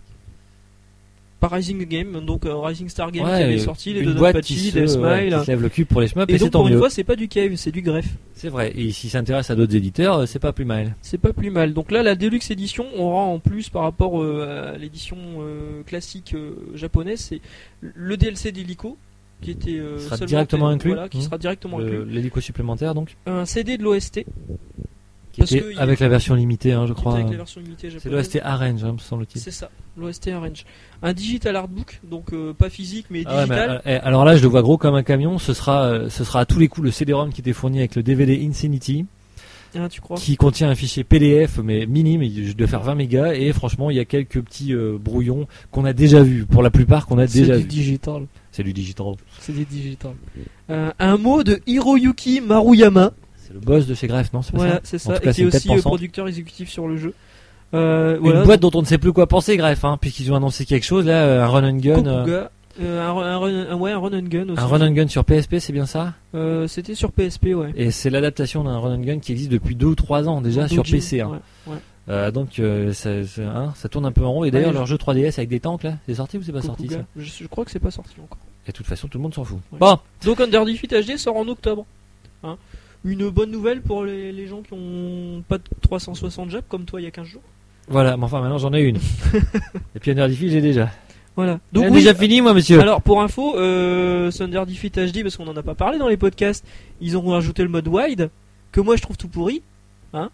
[SPEAKER 2] Par Rising Game, donc euh, Rising Star Game
[SPEAKER 1] Ouais,
[SPEAKER 2] qui avait
[SPEAKER 1] euh,
[SPEAKER 2] sorti les
[SPEAKER 1] une
[SPEAKER 2] deux
[SPEAKER 1] boîte qui
[SPEAKER 2] Patchy,
[SPEAKER 1] se,
[SPEAKER 2] des
[SPEAKER 1] ouais,
[SPEAKER 2] Smile.
[SPEAKER 1] qui se lève le cul pour les shmups, et,
[SPEAKER 2] et donc
[SPEAKER 1] c'est
[SPEAKER 2] pour
[SPEAKER 1] tant
[SPEAKER 2] une
[SPEAKER 1] mieux.
[SPEAKER 2] fois, c'est pas du cave, c'est du greffe.
[SPEAKER 1] C'est vrai. Et s'ils s'intéressent à d'autres éditeurs, euh, c'est pas plus mal.
[SPEAKER 2] C'est pas plus mal. Donc là, la Deluxe Edition aura en plus par rapport euh, à l'édition euh, classique euh, japonaise, c'est le DLC d'Helico qui était euh,
[SPEAKER 1] Mmh. Sera
[SPEAKER 2] seulement-
[SPEAKER 1] directement inclus.
[SPEAKER 2] voilà, qui
[SPEAKER 1] Mhm.
[SPEAKER 2] sera directement
[SPEAKER 1] Le-
[SPEAKER 2] inclus.
[SPEAKER 1] L'hélico supplémentaire, donc,
[SPEAKER 2] Un CD de l'OST
[SPEAKER 1] qui
[SPEAKER 2] Parce
[SPEAKER 1] était
[SPEAKER 2] que il-
[SPEAKER 1] avec la version limitée, hein, je
[SPEAKER 2] qui était
[SPEAKER 1] crois.
[SPEAKER 2] avec la version limitée
[SPEAKER 1] C'est
[SPEAKER 2] japonaise.
[SPEAKER 1] l'OST Arrange, hein, me semble-t-il.
[SPEAKER 2] C'est ça, l'OST Arrange. Un digital artbook, donc euh, pas physique mais
[SPEAKER 1] Ah ouais, mais,
[SPEAKER 2] digital.
[SPEAKER 1] euh, eh, alors là, je le vois gros comme un camion. Ce sera, euh, ce sera à tous les coups le CD-ROM qui était fourni avec le DVD Insanity,
[SPEAKER 2] Hein, tu crois
[SPEAKER 1] qui contient un fichier PDF mais minime, il doit faire 20 mégas. Et franchement, il y a quelques petits euh, brouillons qu'on a déjà vus. Pour la plupart, qu'on a déjà vus.
[SPEAKER 2] digital.
[SPEAKER 1] C'est du digital.
[SPEAKER 2] C'est du digital. Euh, un mot de Hiroyuki Maruyama.
[SPEAKER 1] C'est le boss de chez Greff, non C'est pas
[SPEAKER 2] Voilà,
[SPEAKER 1] ça
[SPEAKER 2] c'est
[SPEAKER 1] En
[SPEAKER 2] ça.
[SPEAKER 1] tout cas,
[SPEAKER 2] et
[SPEAKER 1] c'est
[SPEAKER 2] qui est
[SPEAKER 1] une tête
[SPEAKER 2] aussi euh,
[SPEAKER 1] pensante.
[SPEAKER 2] producteur exécutif sur le jeu. Euh,
[SPEAKER 1] Une boîte dont on ne sait plus quoi penser, Greff, hein, puisqu'ils ont annoncé quelque chose là, euh, un run and gun. euh,
[SPEAKER 2] Kokuga, euh, un, un run, un- ouais, un run and gun aussi.
[SPEAKER 1] Un run and gun sur PSP, c'est bien ça
[SPEAKER 2] Euh, C'était sur PSP, ouais.
[SPEAKER 1] Et c'est l'adaptation d'un run and gun qui existe depuis deux ou trois ans déjà sur
[SPEAKER 2] Doujin,
[SPEAKER 1] PC. hein.
[SPEAKER 2] ouais.
[SPEAKER 1] Euh, donc euh, ça, ça- hein, ça tourne un peu en rond. Et d'ailleurs,
[SPEAKER 2] Ouais,
[SPEAKER 1] leur jeu 3DS avec des tanks là, c'est sorti ou c'est pas sorti
[SPEAKER 2] Kokuga.
[SPEAKER 1] ça
[SPEAKER 2] je, je crois que c'est pas sorti encore.
[SPEAKER 1] Et de toute façon, tout le monde s'en fout.
[SPEAKER 2] Ouais.
[SPEAKER 1] Bon,
[SPEAKER 2] Donc Under Defeat HD sort en octobre. Hein. Une bonne nouvelle pour les, les gens qui ont pas de 360 Jap comme toi il y a 15 jours.
[SPEAKER 1] voilà, mais enfin maintenant j'en ai
[SPEAKER 2] *laughs*
[SPEAKER 1] une. Et puis Under Defeat, j'ai déjà.
[SPEAKER 2] Voilà.
[SPEAKER 1] Donc
[SPEAKER 2] Donc oui,
[SPEAKER 1] déjà fini moi *laughs* monsieur.
[SPEAKER 2] Alors pour info, euh, Thunder Defeat HD, parce qu'on en a pas parlé dans les podcasts, ils ont rajouté le mode wide, que moi je trouve tout pourri, hein,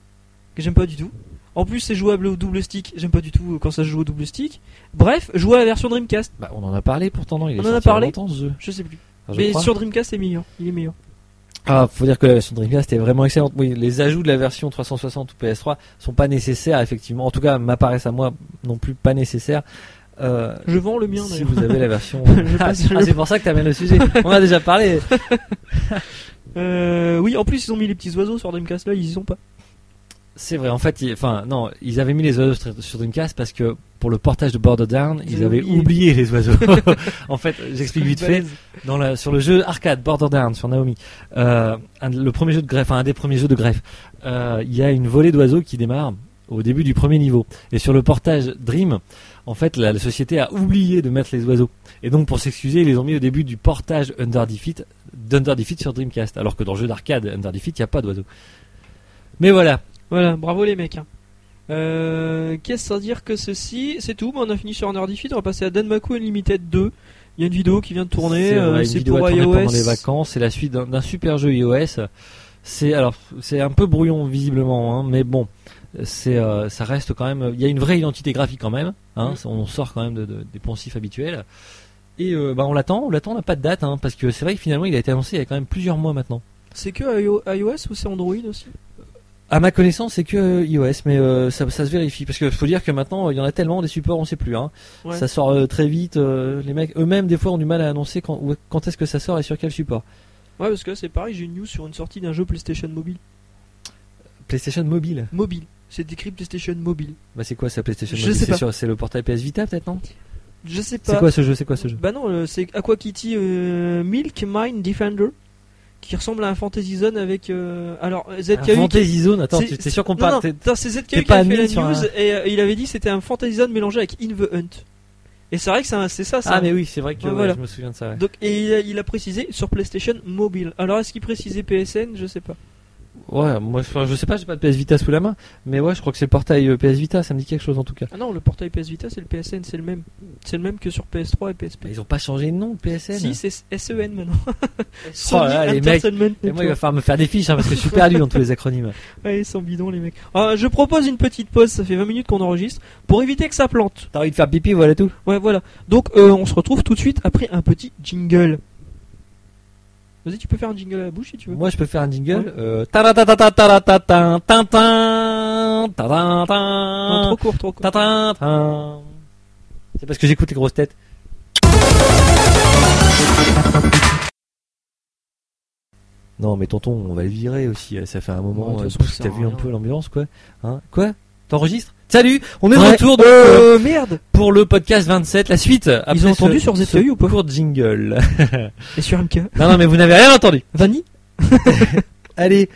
[SPEAKER 2] que j'aime pas du tout. En plus c'est jouable au double stick, j'aime pas du tout quand ça se joue au double stick. Bref, jouer à la version Dreamcast,
[SPEAKER 1] Bah, on en a parlé pourtant, non Il est
[SPEAKER 2] On en a
[SPEAKER 1] sorti il y
[SPEAKER 2] parlé
[SPEAKER 1] longtemps, ce jeu.
[SPEAKER 2] je sais plus.
[SPEAKER 1] Enfin, je
[SPEAKER 2] Mais
[SPEAKER 1] crois.
[SPEAKER 2] sur Dreamcast c'est meilleur, il est meilleur.
[SPEAKER 1] Ah, faut dire que la version Dreamcast est vraiment excellente. Oui, les ajouts de la version 360 ou PS3 sont pas nécessaires, effectivement. En tout cas, m'apparaissent à moi non plus pas nécessaires. Euh,
[SPEAKER 2] Je vends le mien
[SPEAKER 1] si
[SPEAKER 2] d'ailleurs.
[SPEAKER 1] vous avez la version.
[SPEAKER 2] *laughs* Je
[SPEAKER 1] Ah,
[SPEAKER 2] passe le-
[SPEAKER 1] c'est pour ça que t'amènes le
[SPEAKER 2] *laughs*
[SPEAKER 1] sujet. On a déjà parlé.
[SPEAKER 2] Euh, oui, en plus ils ont mis les petits oiseaux sur Dreamcast là, ils y sont pas.
[SPEAKER 1] C'est vrai, en fait, il- enfin, non, ils avaient mis les oiseaux sur- sur Dreamcast parce que pour le portage de Border Down,
[SPEAKER 2] Ils
[SPEAKER 1] ils
[SPEAKER 2] avaient
[SPEAKER 1] avaient
[SPEAKER 2] oublié.
[SPEAKER 1] oublié les oiseaux. *laughs* en fait, j'explique vite fait. Dans la- sur le jeu arcade Border Down sur Naomi, euh, un, le premier jeu de greffe, enfin, un des premiers jeux de greffe, euh, il y a une volée d'oiseaux qui démarre au début du premier niveau. Et sur le portage Dream, en fait, la, la société a oublié de mettre les oiseaux. Et donc, pour s'excuser, ils les ont mis au début du portage Under Defeat, d'Under Defeat sur Dreamcast. Alors que dans le jeu d'arcade Under Defeat, il n'y a pas d'oiseaux. Mais voilà.
[SPEAKER 2] Voilà, bravo les mecs. hein. Euh, Qu'est-ce à dire que ceci C'est tout, bah, on a fini sur Under Defeat, on va passer à Danmaku Unlimited 2. Il y a une vidéo qui vient de tourner,
[SPEAKER 1] C'est,
[SPEAKER 2] euh,
[SPEAKER 1] euh, une
[SPEAKER 2] c'est
[SPEAKER 1] vidéo à
[SPEAKER 2] pour
[SPEAKER 1] tourner
[SPEAKER 2] iOS.
[SPEAKER 1] pendant les vacances. C'est la suite d'un d'un super jeu iOS. C'est alors c'est un peu brouillon visiblement, hein, mais bon, c'est euh, ça reste quand même. Il y a une vraie identité graphique quand même. Hein,
[SPEAKER 2] Mm.
[SPEAKER 1] ça- On sort quand même de, de- des poncifs habituels. Et euh, bah, on l'attend, on l'attend, on n'a pas de date, hein, parce que c'est vrai que finalement il a été annoncé il y a quand même plusieurs mois maintenant.
[SPEAKER 2] C'est que iO- iOS ou c'est Android aussi
[SPEAKER 1] À ma connaissance, c'est que euh, iOS, mais euh, ça, ça se vérifie parce que faut dire que maintenant euh, il y en a tellement des supports, on sait plus. Hein.
[SPEAKER 2] Ouais.
[SPEAKER 1] Ça sort euh, très vite. euh, les mecs eux-mêmes des fois ont du mal à annoncer quand, où- quand est-ce que ça sort et sur quel support.
[SPEAKER 2] Ouais, parce que là, c'est pareil, j'ai une news sur une sortie d'un jeu PlayStation Mobile.
[SPEAKER 1] PlayStation mobile.
[SPEAKER 2] Mobile, c'est écrit PlayStation Mobile.
[SPEAKER 1] Bah c'est quoi ça PlayStation
[SPEAKER 2] Je
[SPEAKER 1] Mobile
[SPEAKER 2] sais
[SPEAKER 1] C'est
[SPEAKER 2] pas.
[SPEAKER 1] sur- C'est le portail PS Vita peut-être non
[SPEAKER 2] Je sais pas.
[SPEAKER 1] C'est quoi ce jeu C'est quoi ce jeu
[SPEAKER 2] Bah non, euh, c'est Aqua Kitty euh, Milk Mine Defender qui ressemble à un Fantasy Zone avec. euh, alors, ZKU. qui-
[SPEAKER 1] Fantasy Zone, attends,
[SPEAKER 2] c'est-
[SPEAKER 1] tu- t'es sûr qu'on
[SPEAKER 2] Non, non,
[SPEAKER 1] parle t'es-
[SPEAKER 2] attends, c'est ZKU qui
[SPEAKER 1] pas
[SPEAKER 2] a fait
[SPEAKER 1] admin
[SPEAKER 2] la
[SPEAKER 1] sur un-
[SPEAKER 2] news et euh, il avait dit que c'était un Fantasy Zone mélangé avec In the Hunt. Et c'est vrai que c'est un- c'est ça, ça.
[SPEAKER 1] Ah, mais oui, c'est vrai que
[SPEAKER 2] Ouais,
[SPEAKER 1] ouais,
[SPEAKER 2] voilà.
[SPEAKER 1] je me souviens de ça. ouais.
[SPEAKER 2] Donc, et il a, il a précisé sur PlayStation Mobile. Alors, est-ce qu'il précisait PSN Je sais pas.
[SPEAKER 1] Ouais, moi je, je sais pas, j'ai pas de PS Vita sous la main, mais ouais, je crois que c'est le portail euh, PS Vita, ça me dit quelque chose en tout cas.
[SPEAKER 2] Ah non, le portail PS Vita, c'est le PSN, c'est le même. C'est le même que sur PS3 et PSP.
[SPEAKER 1] Mais ils ont pas changé de nom, PSN.
[SPEAKER 2] Si, c'est SEN maintenant.
[SPEAKER 1] Oh
[SPEAKER 2] Sony
[SPEAKER 1] là là, les mecs.
[SPEAKER 2] Entertainment
[SPEAKER 1] Et moi, il va
[SPEAKER 2] Network.
[SPEAKER 1] falloir me faire des fiches hein, parce que je suis perdu dans tous les acronymes.
[SPEAKER 2] Ouais, ils sont bidons, les mecs. Ah, je propose une petite pause, ça fait 20 minutes qu'on enregistre, pour éviter que ça plante.
[SPEAKER 1] T'as envie de faire pipi, voilà tout.
[SPEAKER 2] Ouais, voilà. Donc, euh, on se retrouve tout de suite après un petit jingle. Vas-y, tu peux faire un jingle à la bouche si tu veux.
[SPEAKER 1] Moi, je peux faire un
[SPEAKER 2] Ouais.
[SPEAKER 1] jingle. Euh, taratatatatatatin, tintin, tatintin,
[SPEAKER 2] Non, trop court, trop court.
[SPEAKER 1] tatin, tin. C'est parce que j'écoute les grosses têtes. Non, mais tonton, on va le virer aussi. Ça fait un
[SPEAKER 2] Ouais, de
[SPEAKER 1] moment.
[SPEAKER 2] toute
[SPEAKER 1] euh,
[SPEAKER 2] façon,
[SPEAKER 1] pff,
[SPEAKER 2] ça
[SPEAKER 1] T'as
[SPEAKER 2] sert à
[SPEAKER 1] vu un
[SPEAKER 2] rien.
[SPEAKER 1] peu l'ambiance, quoi Hein Quoi T'enregistres Salut, on est de
[SPEAKER 2] Ouais.
[SPEAKER 1] retour donc, euh,
[SPEAKER 2] Euh, merde
[SPEAKER 1] pour le podcast 27, la suite. après
[SPEAKER 2] ont entendu sur
[SPEAKER 1] ce
[SPEAKER 2] ZTE ou pas
[SPEAKER 1] Court jingle. *laughs*
[SPEAKER 2] Et sur MK
[SPEAKER 1] Non, non, mais vous n'avez rien entendu.
[SPEAKER 2] Vanny
[SPEAKER 1] *laughs* Allez,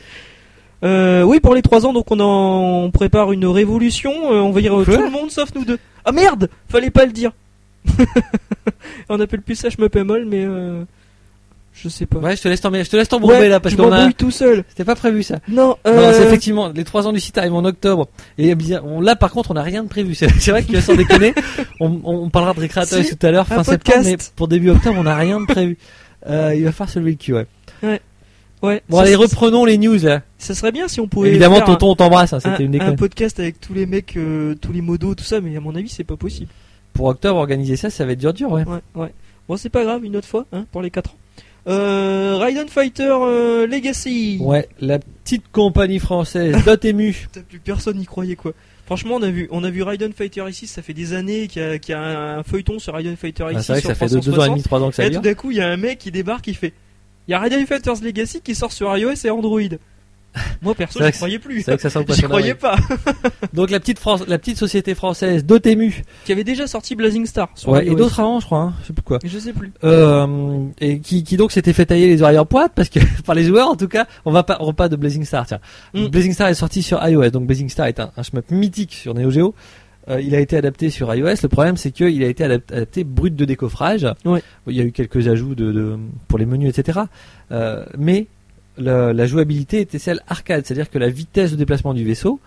[SPEAKER 2] euh, Oui, pour les 3 ans, donc on, en... on prépare une révolution, euh, on va dire euh,
[SPEAKER 1] Quoi
[SPEAKER 2] tout le monde sauf nous deux. Ah merde Fallait pas le dire *laughs* On appelle plus ça, je me paie mal, mais euh... je sais pas.
[SPEAKER 1] ouais, je te laisse t'emmerder, je te laisse t'embourber
[SPEAKER 2] Ouais,
[SPEAKER 1] là parce
[SPEAKER 2] je
[SPEAKER 1] qu'on a.
[SPEAKER 2] m'embrouille tout seul.
[SPEAKER 1] C'était pas prévu ça.
[SPEAKER 2] Non,
[SPEAKER 1] Non, c'est
[SPEAKER 2] euh...
[SPEAKER 1] effectivement les trois ans du site arrivent en octobre. Et eh bien, on, là, par contre, on n'a rien de prévu. C'est c'est vrai que sans
[SPEAKER 2] *laughs*
[SPEAKER 1] déconner, on, on- on parlera de Recreator
[SPEAKER 2] Si,
[SPEAKER 1] tout à l'heure fin
[SPEAKER 2] un
[SPEAKER 1] septembre, mais
[SPEAKER 2] podcast.
[SPEAKER 1] pour début octobre, on n'a rien de prévu.
[SPEAKER 2] *laughs*
[SPEAKER 1] Euh, il va falloir se lever le cul, ouais.
[SPEAKER 2] ouais.
[SPEAKER 1] Bon,
[SPEAKER 2] ça,
[SPEAKER 1] allez,
[SPEAKER 2] ça-
[SPEAKER 1] reprenons les news là.
[SPEAKER 2] Ça serait bien si on pouvait.
[SPEAKER 1] Évidemment,
[SPEAKER 2] faire
[SPEAKER 1] tonton, on t'embrasse. hein,
[SPEAKER 2] un,
[SPEAKER 1] C'était une
[SPEAKER 2] un
[SPEAKER 1] déconne.
[SPEAKER 2] podcast avec tous les mecs, euh, tous les modos, tout ça, mais à mon avis, c'est
[SPEAKER 1] *laughs*
[SPEAKER 2] pas possible.
[SPEAKER 1] Pour octobre, organiser ça, ça va être dur, dur, ouais.
[SPEAKER 2] Ouais, ouais. Bon, c'est pas grave, une autre fois, hein, pour les 4 ans. Euh, Raiden Fighter euh, Legacy.
[SPEAKER 1] Ouais, la petite compagnie
[SPEAKER 2] *laughs*
[SPEAKER 1] française Dotemu.
[SPEAKER 2] Putain, plus personne n'y croyait quoi. Franchement, on a vu, on a vu Raiden Fighter ici, ça fait des années qu'il y, a- qu'il y a un feuilleton sur Raiden Fighter
[SPEAKER 1] Ah,
[SPEAKER 2] ici.
[SPEAKER 1] c'est vrai que
[SPEAKER 2] sur
[SPEAKER 1] ça fait deux, deux ans et
[SPEAKER 2] 360.
[SPEAKER 1] demi, trois ans que ça
[SPEAKER 2] Et
[SPEAKER 1] dure.
[SPEAKER 2] tout d'un coup, il y a un mec qui débarque, qui fait. Il y a Raiden Fighters Legacy qui sort sur iOS et Android. Moi perso,
[SPEAKER 1] C'est vrai
[SPEAKER 2] je
[SPEAKER 1] que-
[SPEAKER 2] croyais plus.
[SPEAKER 1] C'est vrai que ça sent le
[SPEAKER 2] *laughs* J'y
[SPEAKER 1] poisson
[SPEAKER 2] croyais pas.
[SPEAKER 1] d'avril. Donc la petite France, la petite société française Dotemu.
[SPEAKER 2] qui avait déjà sorti Blazing Star sur
[SPEAKER 1] Ouais,
[SPEAKER 2] iOS.
[SPEAKER 1] et d'autres avant, je crois. Hein, je sais plus quoi.
[SPEAKER 2] Je sais plus.
[SPEAKER 1] Euh, et qui, qui donc s'était fait tailler les oreilles en pointe parce que *laughs* par les joueurs en tout cas on va pas on va pas de Blazing Star tiens
[SPEAKER 2] Mm.
[SPEAKER 1] Blazing Star est sorti sur iOS donc Blazing Star est un, un shmup mythique sur Neo Geo Euh, il a été adapté sur iOS le problème c'est que il a été adap- adapté brut de décoffrage
[SPEAKER 2] Ouais.
[SPEAKER 1] il y a eu quelques ajouts de, de- pour les menus etc Euh, mais la, la jouabilité était celle arcade c'est à dire que la vitesse de déplacement du vaisseau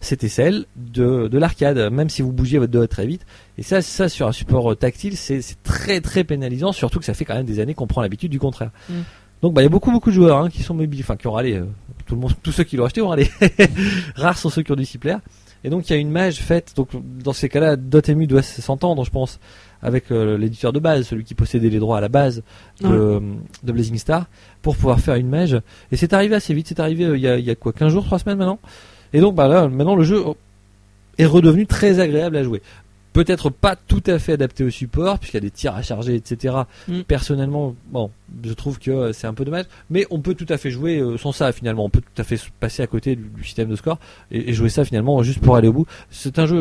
[SPEAKER 1] c'était celle de, de l'arcade même si vous bougiez votre doigt très vite et ça, ça sur un support euh, tactile, c'est c'est très très pénalisant, surtout que ça fait quand même des années qu'on prend l'habitude du contraire.
[SPEAKER 2] Mm.
[SPEAKER 1] Donc bah, il y a beaucoup beaucoup de joueurs hein, qui sont mobiles, enfin qui ont râlé, euh, tout le monde, tous ceux qui l'ont acheté ont râlé. *laughs* Rares sont ceux qui ont dû s'y plaire. Et donc il y a une mage faite, donc dans ces cas-là, Dotemu doit s'entendre, je pense, avec euh, l'éditeur de base, celui qui possédait les droits à la base de,
[SPEAKER 2] Ouais.
[SPEAKER 1] euh, de Blazing Star, pour pouvoir faire une mage. Et c'est arrivé assez vite, c'est arrivé euh, il y, a, il y a quoi, 15 jours, 3 semaines maintenant Et donc bah, là, maintenant le jeu est redevenu très agréable à jouer peut-être pas tout à fait adapté au support, puisqu'il y a des tirs à charger, etc.
[SPEAKER 2] Mm.
[SPEAKER 1] Personnellement, bon, je trouve que euh, c'est un peu dommage, mais on peut tout à fait jouer euh, sans ça finalement. On peut tout à fait s- passer à côté du, du système de score et, et jouer ça finalement juste pour aller au bout. C'est un jeu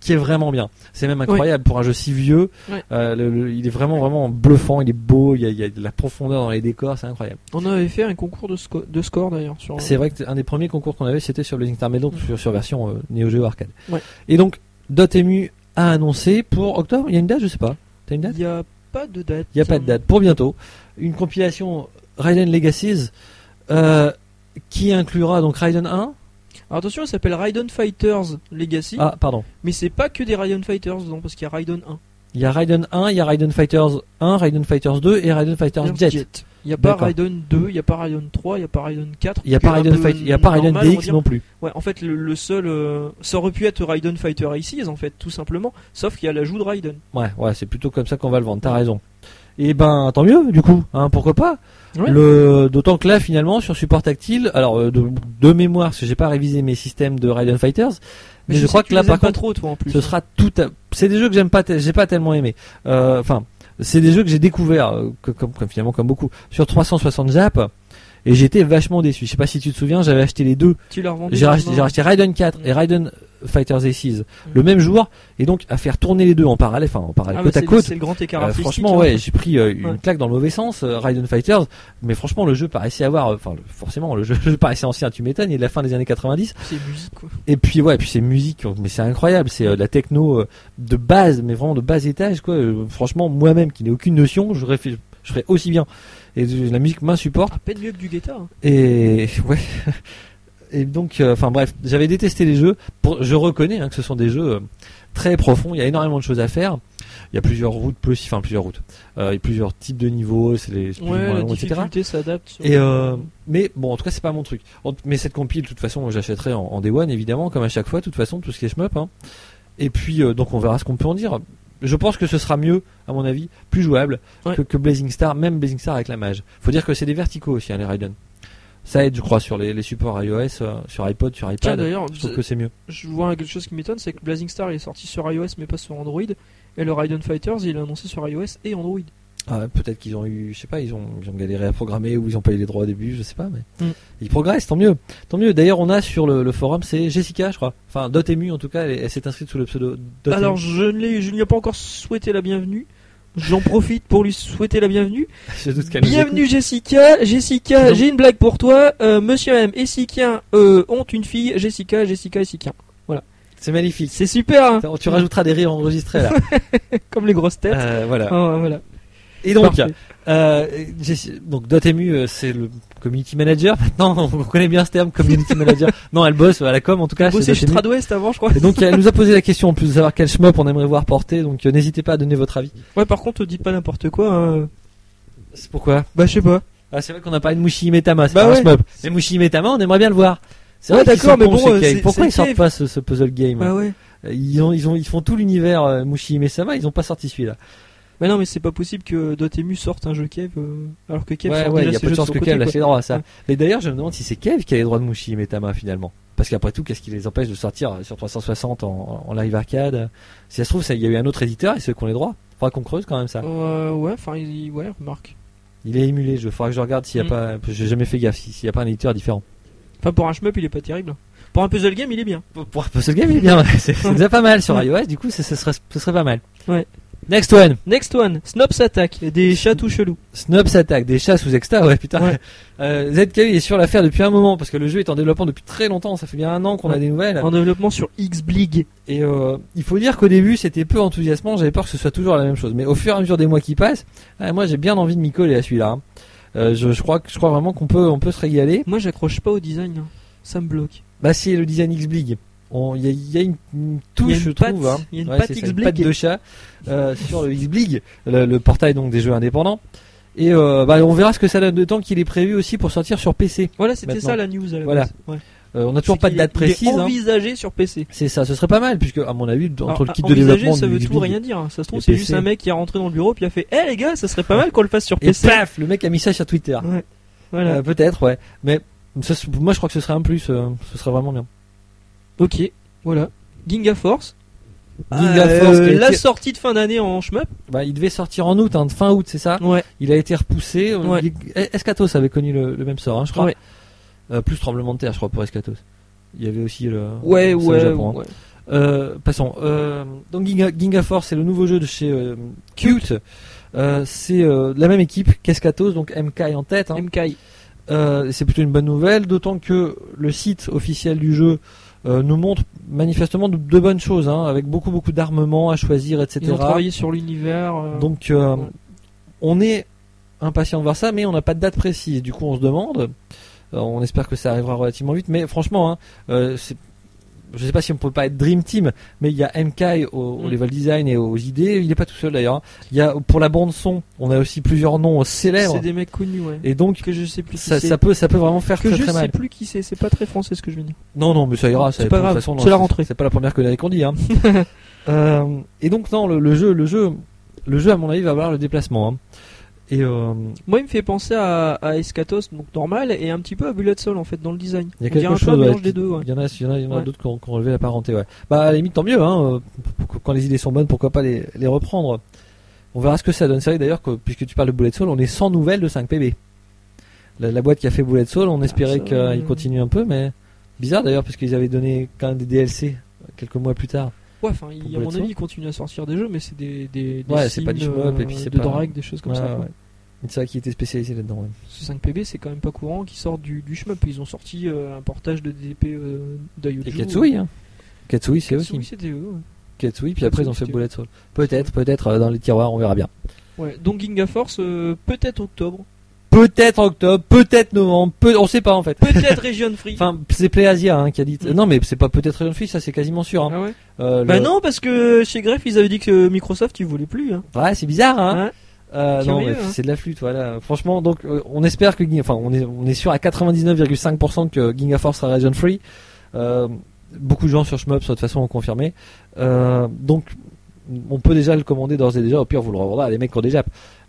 [SPEAKER 1] qui est vraiment bien. C'est même incroyable pour un jeu si vieux.
[SPEAKER 2] Ouais.
[SPEAKER 1] Euh, le- le- il est vraiment vraiment bluffant, il est beau, il y, a, il y a de la profondeur dans les décors, c'est incroyable.
[SPEAKER 2] On avait fait un concours de, sco- de score d'ailleurs. Sur...
[SPEAKER 1] C'est vrai que un des premiers concours qu'on avait, c'était sur Blazing Star, mais donc
[SPEAKER 2] Oh. Mm.
[SPEAKER 1] sur, sur version euh, Neo Geo Arcade.
[SPEAKER 2] Ouais.
[SPEAKER 1] Et donc, Dotemu a annoncé pour octobre. Il y a une date, je sais pas. T'as une date
[SPEAKER 2] Il n'y a pas de date.
[SPEAKER 1] Il n'y a pas de date. Pour bientôt, une compilation Raiden Legacies euh, qui inclura donc Raiden 1.
[SPEAKER 2] Alors, attention, il s'appelle Raiden Fighters Legacy.
[SPEAKER 1] Ah, pardon.
[SPEAKER 2] Mais c'est pas que des Raiden Fighters dedans, parce qu'il y a Raiden 1.
[SPEAKER 1] Il y a Raiden 1, il y a Raiden Fighters 1, Raiden Fighters 2 et Raiden Fighters Jet.
[SPEAKER 2] Il n'y a pas
[SPEAKER 1] D'accord.
[SPEAKER 2] Raiden 2, il n'y a pas Raiden 3, il n'y a pas Raiden 4.
[SPEAKER 1] Il n'y a pas
[SPEAKER 2] qui est un
[SPEAKER 1] Raiden
[SPEAKER 2] peu
[SPEAKER 1] Fight- il y a pas Raiden
[SPEAKER 2] normal, on va
[SPEAKER 1] DX
[SPEAKER 2] dire.
[SPEAKER 1] non plus.
[SPEAKER 2] Ouais, en fait, le, le seul. euh, ça aurait pu être Raiden Fighter Aces, en fait, tout simplement. Sauf qu'il y a l'ajout de Raiden.
[SPEAKER 1] Ouais, ouais, c'est plutôt comme ça qu'on va le vendre. T'as raison. Et ben, tant mieux, du coup. Hein, pourquoi pas
[SPEAKER 2] Ouais.
[SPEAKER 1] Le D'autant que là, finalement, sur support tactile, alors euh, de, de mémoire, parce que j'ai pas révisé mes systèmes de Raiden Fighters, mais, je,
[SPEAKER 2] sais
[SPEAKER 1] crois
[SPEAKER 2] tu
[SPEAKER 1] que là,
[SPEAKER 2] les
[SPEAKER 1] par
[SPEAKER 2] aimes pas
[SPEAKER 1] contre,
[SPEAKER 2] trop, toi, en plus.
[SPEAKER 1] ce sera tout. à- C'est des jeux que j'aime pas, te- j'ai pas tellement aimé. Euh, Enfin, c'est des jeux que j'ai découvert, euh, que- comme, comme finalement comme beaucoup sur 360 Jap. Et j'étais vachement déçu. Je sais pas si tu te souviens, j'avais acheté les deux.
[SPEAKER 2] Tu l'as revendu
[SPEAKER 1] J'ai
[SPEAKER 2] dans le
[SPEAKER 1] racheté, j'ai
[SPEAKER 2] monde.
[SPEAKER 1] racheté Raiden 4
[SPEAKER 2] Mhm.
[SPEAKER 1] et Raiden Fighters Aces le même jour. Et donc, à faire tourner les deux en parallèle, enfin, en parallèle,
[SPEAKER 2] Ah, bah,
[SPEAKER 1] côte à
[SPEAKER 2] c'est
[SPEAKER 1] côte.
[SPEAKER 2] c'est le grand écart
[SPEAKER 1] Euh,
[SPEAKER 2] artistique,
[SPEAKER 1] franchement,
[SPEAKER 2] hein.
[SPEAKER 1] ouais, j'ai pris euh, une
[SPEAKER 2] Ouais.
[SPEAKER 1] claque dans le mauvais sens, euh, Raiden Fighters, mais franchement, le jeu paraissait avoir, euh, enfin, le- forcément, le jeu, *laughs* le jeu paraissait ancien, tu m'étonnes, il est de la fin des années 90.
[SPEAKER 2] C'est musique Ah, quoi.
[SPEAKER 1] Et puis, ouais, et puis ces musiques, on- mais c'est incroyable, c'est euh, de la techno euh, de base, mais vraiment de bas étage, quoi. Euh, franchement, moi-même, qui n'ai aucune notion, je fait je ferais aussi bien. Et euh, la musique m'insupporte,
[SPEAKER 2] À peine mieux que du guetta. hein.
[SPEAKER 1] et ouais. *laughs* Et donc, euh, enfin bref, j'avais détesté les jeux. Pour- je reconnais hein, que ce sont des jeux euh, très profonds. Il y a énormément de choses à faire. Il y a plusieurs routes possibles, enfin plusieurs routes. Euh, il y a plusieurs types de niveaux, c'est les c'est plus ou
[SPEAKER 2] Ouais,
[SPEAKER 1] moins
[SPEAKER 2] la
[SPEAKER 1] long, etc.
[SPEAKER 2] difficulté s'adapte. sur-
[SPEAKER 1] Et euh, mais bon, en tout cas, c'est pas mon truc. En- Mais cette compile, de toute façon, j'achèterai en, en day one, évidemment, comme à chaque fois. De toute façon, tout ce qui est shmup. Hein. Et puis, euh, donc, on verra ce qu'on peut en dire. Je pense que ce sera mieux, à mon avis, plus jouable
[SPEAKER 2] Ouais.
[SPEAKER 1] que, que Blazing Star, même Blazing Star avec la mage. Faut dire que c'est des verticaux aussi, hein, les Raiden. Ça aide, je crois, sur les, les supports iOS, euh, sur iPod, sur
[SPEAKER 2] Tiens,
[SPEAKER 1] iPad.
[SPEAKER 2] d'ailleurs,
[SPEAKER 1] Je trouve que c'est mieux.
[SPEAKER 2] je vois quelque chose qui m'étonne, c'est que Blazing Star il est sorti sur iOS mais pas sur Android, et le Raiden Fighters il est annoncé sur iOS et Android.
[SPEAKER 1] Ah, Peut-être qu'ils ont eu, je sais pas, ils ont, ils ont galéré à programmer ou ils ont pas eu les droits au début, je sais pas, mais
[SPEAKER 2] Mm.
[SPEAKER 1] ils progressent, tant mieux. Tant mieux. D'ailleurs, on a sur le, le forum, c'est Jessica, je crois. Enfin, Dotemu en tout cas, elle, est- elle s'est inscrite sous le pseudo Dotemu.
[SPEAKER 2] Alors je ne l'ai- je ne lui ai pas encore souhaité la bienvenue. J'en profite pour lui souhaiter la bienvenue.
[SPEAKER 1] *laughs* je doute qu'elle nous
[SPEAKER 2] Bienvenue Jessica. Jessica,
[SPEAKER 1] Non.
[SPEAKER 2] j'ai une blague pour toi. Euh, Monsieur M et Sikien euh, ont une fille. Jessica, Jessica et Sikien.
[SPEAKER 1] écoute. C'est magnifique.
[SPEAKER 2] C'est super, hein
[SPEAKER 1] Attends, Tu rajouteras des rires enregistrés là.
[SPEAKER 2] *laughs* comme les grosses têtes.
[SPEAKER 1] Euh, voilà.
[SPEAKER 2] Ah, voilà.
[SPEAKER 1] Et donc,
[SPEAKER 2] Parfait.
[SPEAKER 1] euh, Jessi- donc Dotemu, euh, c'est le community manager. *laughs* Maintenant, on connaît bien ce terme, community
[SPEAKER 2] *laughs*
[SPEAKER 1] manager. Non, elle bosse à la com en tout cas. chez
[SPEAKER 2] Bossé chez
[SPEAKER 1] Dotemu.
[SPEAKER 2] Tradwest avant, je crois.
[SPEAKER 1] Et donc, elle nous a posé la question en plus de savoir quel shmup on aimerait voir porter. Donc, euh, n'hésitez pas à donner votre avis.
[SPEAKER 2] Ouais, par contre, dites pas n'importe quoi. hein.
[SPEAKER 1] C'est pourquoi
[SPEAKER 2] Bah, je sais pas.
[SPEAKER 1] Ah, c'est vrai qu'on a parlé de Mushi Metama, c'est
[SPEAKER 2] Bah
[SPEAKER 1] pas un
[SPEAKER 2] ouais.
[SPEAKER 1] shmup. Mais Mushi Metama, on aimerait bien le voir. C'est
[SPEAKER 2] Ouais,
[SPEAKER 1] vrai qu'ils
[SPEAKER 2] d'accord,
[SPEAKER 1] sont
[SPEAKER 2] mais
[SPEAKER 1] cons,
[SPEAKER 2] bon,
[SPEAKER 1] chez
[SPEAKER 2] euh,
[SPEAKER 1] Cave.
[SPEAKER 2] c'est-
[SPEAKER 1] pourquoi
[SPEAKER 2] c'est
[SPEAKER 1] ils sortent
[SPEAKER 2] Cave.
[SPEAKER 1] pas ce, ce puzzle game hein Euh,
[SPEAKER 2] Bah ouais.
[SPEAKER 1] ils, ont, ils, ont, ils font tout l'univers euh, Mushi Mesama, ils ont pas sorti celui-là.
[SPEAKER 2] Mais non, mais c'est pas possible que Dotemu sorte un jeu Kev euh, alors que Kev
[SPEAKER 1] ouais,
[SPEAKER 2] sort
[SPEAKER 1] ouais, il
[SPEAKER 2] déjà
[SPEAKER 1] y a
[SPEAKER 2] ses
[SPEAKER 1] peu de
[SPEAKER 2] jeux de
[SPEAKER 1] chance
[SPEAKER 2] son
[SPEAKER 1] que
[SPEAKER 2] côté,
[SPEAKER 1] Kev
[SPEAKER 2] quoi.
[SPEAKER 1] lâche les droits à ça.
[SPEAKER 2] Ouais.
[SPEAKER 1] Mais d'ailleurs, je me demande si c'est Kev qui a les droits de Mushi Metama finalement. Parce qu'après tout, qu'est-ce qui les empêche de sortir euh, sur 360 en, en live arcade euh, Si ça se trouve, ça- il y a eu un autre éditeur et ceux qui ont les droits. Faudra qu'on creuse quand même ça.
[SPEAKER 2] Euh, ouais, enfin, il- ouais, remarque.
[SPEAKER 1] Il est émulé, je faudra que je regarde s'il y a
[SPEAKER 2] Mm.
[SPEAKER 1] pas. J'ai jamais fait gaffe si- s'il y a pas un éditeur différent.
[SPEAKER 2] Enfin, pour un shmup, il est pas terrible. Pour un puzzle game, il est bien.
[SPEAKER 1] Pour- Pour un puzzle game, il est bien. *laughs* ouais. C'est c'est déjà pas mal sur iOS, du coup, ce ce serait, ce serait pas mal.
[SPEAKER 2] Ouais.
[SPEAKER 1] Next one.
[SPEAKER 2] Next one, Snobs attaque des chats tout chelous.
[SPEAKER 1] Snobs attaque des chats sous extra. Ouais, putain.
[SPEAKER 2] Ouais.
[SPEAKER 1] *laughs* Euh, ZK est sur l'affaire depuis un moment parce que le jeu est en développement depuis très longtemps. Ça fait bien un an qu'on a
[SPEAKER 2] Ouais.
[SPEAKER 1] des nouvelles.
[SPEAKER 2] En développement sur Xblig.
[SPEAKER 1] Et euh, il faut dire qu'au début, c'était peu enthousiasmant. J'avais peur que ce soit toujours la même chose. Mais au fur et à mesure des mois qui passent, ah, moi, j'ai bien envie de m'y coller à celui-là. hein. Euh, je, je crois que je crois vraiment qu'on peut on peut se régaler.
[SPEAKER 2] Moi, j'accroche pas au design. hein. Ça me bloque.
[SPEAKER 1] Bah c'est le design X Blig. Il y, a- il y a une, une touche,
[SPEAKER 2] Il y a une
[SPEAKER 1] je
[SPEAKER 2] patte-
[SPEAKER 1] trouve. hein.
[SPEAKER 2] il y a une
[SPEAKER 1] Ouais,
[SPEAKER 2] patte
[SPEAKER 1] c'est ça,
[SPEAKER 2] X-Blig.
[SPEAKER 1] patte de chat euh, sur le X Blig, le, le portail donc des jeux indépendants. Et euh, bah, on verra ce que ça donne de temps qu'il est prévu aussi pour sortir sur PC.
[SPEAKER 2] Voilà, c'était
[SPEAKER 1] Maintenant.
[SPEAKER 2] ça la news. À la
[SPEAKER 1] Voilà.
[SPEAKER 2] base. Ouais.
[SPEAKER 1] Euh, on n'a toujours
[SPEAKER 2] C'est
[SPEAKER 1] pas de
[SPEAKER 2] qu'il
[SPEAKER 1] date
[SPEAKER 2] est- il est
[SPEAKER 1] précise. hein.
[SPEAKER 2] envisagé sur PC.
[SPEAKER 1] C'est ça, ce serait pas mal puisque à mon avis entre
[SPEAKER 2] Alors,
[SPEAKER 1] le kit de
[SPEAKER 2] Ah, envisagé,
[SPEAKER 1] développement
[SPEAKER 2] ça
[SPEAKER 1] du
[SPEAKER 2] veut
[SPEAKER 1] X
[SPEAKER 2] tout
[SPEAKER 1] Blig
[SPEAKER 2] rien dire. hein. Ça se trouve,
[SPEAKER 1] et
[SPEAKER 2] c'est
[SPEAKER 1] PC.
[SPEAKER 2] juste un mec qui est rentré dans le bureau puis a fait Eh les gars, ça serait pas mal qu'on le fasse sur
[SPEAKER 1] et
[SPEAKER 2] PC.
[SPEAKER 1] paf, le mec a mis ça sur Twitter.
[SPEAKER 2] Ouais. Voilà.
[SPEAKER 1] Euh, Peut-être, ouais. Mais ça, c'est- moi, je crois que ce serait un plus. euh, ce serait vraiment bien.
[SPEAKER 2] Ok, voilà. Ginga Force.
[SPEAKER 1] Ginga
[SPEAKER 2] Euh,
[SPEAKER 1] Force qui a
[SPEAKER 2] la
[SPEAKER 1] été-
[SPEAKER 2] sortie de fin d'année en shmup.
[SPEAKER 1] Bah, il devait sortir en août, hein, de fin août, c'est ça.
[SPEAKER 2] Ouais.
[SPEAKER 1] Il a été repoussé. On
[SPEAKER 2] Ouais.
[SPEAKER 1] dit- Eh, Escatos avait connu le, le même sort, hein, je crois.
[SPEAKER 2] Ouais.
[SPEAKER 1] Euh, plus tremblement de terre, je crois, pour Escatos. Il y avait aussi le.
[SPEAKER 2] Ouais,
[SPEAKER 1] ça, le
[SPEAKER 2] ouais,
[SPEAKER 1] Japon, hein. Euh, passons. Euh, donc Ginga, Ginga Force, c'est le nouveau jeu de chez euh, Cute. Euh, c'est euh, la même équipe qu'Escatos, donc MK en tête. hein.
[SPEAKER 2] MKI.
[SPEAKER 1] Euh, c'est plutôt une bonne nouvelle, d'autant que le site officiel du jeu euh, nous montre manifestement de, de bonnes choses, hein, avec beaucoup beaucoup d'armements à choisir, etc.
[SPEAKER 2] Ils ont travaillé sur l'univers. euh,
[SPEAKER 1] Donc euh,
[SPEAKER 2] Ouais.
[SPEAKER 1] on est impatient de voir ça, mais on n'a pas de date précise. Du coup, on se demande. Euh, on espère que ça arrivera relativement vite, mais franchement, hein, euh, c'est- je sais pas si on peut pas être Dream Team, mais il y a MK au, au
[SPEAKER 2] Mm.
[SPEAKER 1] level design et aux idées. Il n'est pas tout seul d'ailleurs. Il y a pour la bande son, on a aussi plusieurs noms
[SPEAKER 2] c'est
[SPEAKER 1] célèbres.
[SPEAKER 2] des mecs connus, ouais.
[SPEAKER 1] Et donc
[SPEAKER 2] Que je sais plus qui
[SPEAKER 1] ça,
[SPEAKER 2] c'est.
[SPEAKER 1] ça peut ça peut vraiment faire
[SPEAKER 2] que
[SPEAKER 1] très
[SPEAKER 2] je
[SPEAKER 1] très
[SPEAKER 2] sais
[SPEAKER 1] mal.
[SPEAKER 2] plus qui c'est. C'est pas très français ce que je viens de dire.
[SPEAKER 1] Non, non, mais ça ira.
[SPEAKER 2] C'est
[SPEAKER 1] ça-
[SPEAKER 2] pas
[SPEAKER 1] de toute
[SPEAKER 2] grave,
[SPEAKER 1] façon, non,
[SPEAKER 2] c'est la rentrée.
[SPEAKER 1] C'est pas la première connerie qu'on dit. Hein. *laughs* Euh, et donc non, le, le jeu, le jeu, le jeu à mon avis va avoir le déplacement. hein. Et euh,
[SPEAKER 2] Moi, il me fait penser à, à Escatos, donc normal, et un petit peu à Bullet Soul en fait dans le design.
[SPEAKER 1] il y a
[SPEAKER 2] On dirait
[SPEAKER 1] quelque
[SPEAKER 2] un peu
[SPEAKER 1] chose.
[SPEAKER 2] un
[SPEAKER 1] ouais,
[SPEAKER 2] mélange
[SPEAKER 1] qui-
[SPEAKER 2] des deux. ouais.
[SPEAKER 1] Il y en a, il y en a, il y en a
[SPEAKER 2] Ouais.
[SPEAKER 1] d'autres qui ont, qui ont relevé la parenté. Ouais. Bah à la limite, tant mieux. Hein, euh, quand les idées sont bonnes, pourquoi pas les, les reprendre. On verra ce que ça donne. C'est vrai d'ailleurs que puisque tu parles de Bullet Soul, on est sans nouvelles de 5 PB. La, la boîte qui a fait Bullet Soul, on espérait
[SPEAKER 2] ça,
[SPEAKER 1] qu'ils
[SPEAKER 2] euh,
[SPEAKER 1] continuent un peu, mais bizarre d'ailleurs, parce qu'ils avaient donné quand même des DLC quelques mois plus tard.
[SPEAKER 2] Ouais, enfin, il-
[SPEAKER 1] Pour
[SPEAKER 2] à mon
[SPEAKER 1] Bullet
[SPEAKER 2] avis,
[SPEAKER 1] Soul.
[SPEAKER 2] ils continuent à sortir des jeux, mais c'est des, des, des
[SPEAKER 1] Ouais, c'est pas
[SPEAKER 2] sims,
[SPEAKER 1] du shmup, et puis
[SPEAKER 2] euh,
[SPEAKER 1] c'est
[SPEAKER 2] de
[SPEAKER 1] pas-
[SPEAKER 2] drague, des choses comme
[SPEAKER 1] Ouais,
[SPEAKER 2] ça. quoi.
[SPEAKER 1] ouais. C'est ça qui était spécialisé là-dedans. ouais.
[SPEAKER 2] Ce 5PB, c'est quand même pas courant qu'ils sortent du, du shmup. Ils ont sorti euh, un portage de DDP euh, d'Ayuju.
[SPEAKER 1] Et Katsui, hein. Katsui, c'est eux
[SPEAKER 2] Katsui,
[SPEAKER 1] qui.
[SPEAKER 2] c'était eux, ouais.
[SPEAKER 1] Katsui, puis après ils ont
[SPEAKER 2] Katsui,
[SPEAKER 1] fait
[SPEAKER 2] c'était-
[SPEAKER 1] Bullet Soul. Peut-être, peut-être euh, dans les tiroirs, on verra bien.
[SPEAKER 2] Ouais, donc Ginga Force, euh, peut-être octobre,
[SPEAKER 1] Peut-être octobre, peut-être novembre, peut... on sait pas en fait. *laughs*
[SPEAKER 2] peut-être Region Free.
[SPEAKER 1] Enfin, c'est Playasia hein, qui a dit.
[SPEAKER 2] Mm.
[SPEAKER 1] Non, mais c'est pas peut-être Rayon Fils, ça c'est quasiment sûr. Hein.
[SPEAKER 2] Ah ouais
[SPEAKER 1] Euh,
[SPEAKER 2] Bah
[SPEAKER 1] le-
[SPEAKER 2] non, parce que chez Greff, ils avaient dit que Microsoft, ils voulaient plus. Hein.
[SPEAKER 1] Ouais, c'est bizarre. Hein.
[SPEAKER 2] Hein
[SPEAKER 1] Euh, non,
[SPEAKER 2] Curieux,
[SPEAKER 1] mais
[SPEAKER 2] hein.
[SPEAKER 1] c'est de la flûte, voilà. Franchement, donc euh, on espère que, Ging- enfin, on est, on est sûr à 99,5% que Ginga Force sera region free. Euh, beaucoup de gens sur Shmup, de toute façon, ont confirmé. Euh, donc, on peut déjà le commander d'ores et déjà. Au pire, vous le revendrez à des mecs qui ont déjà.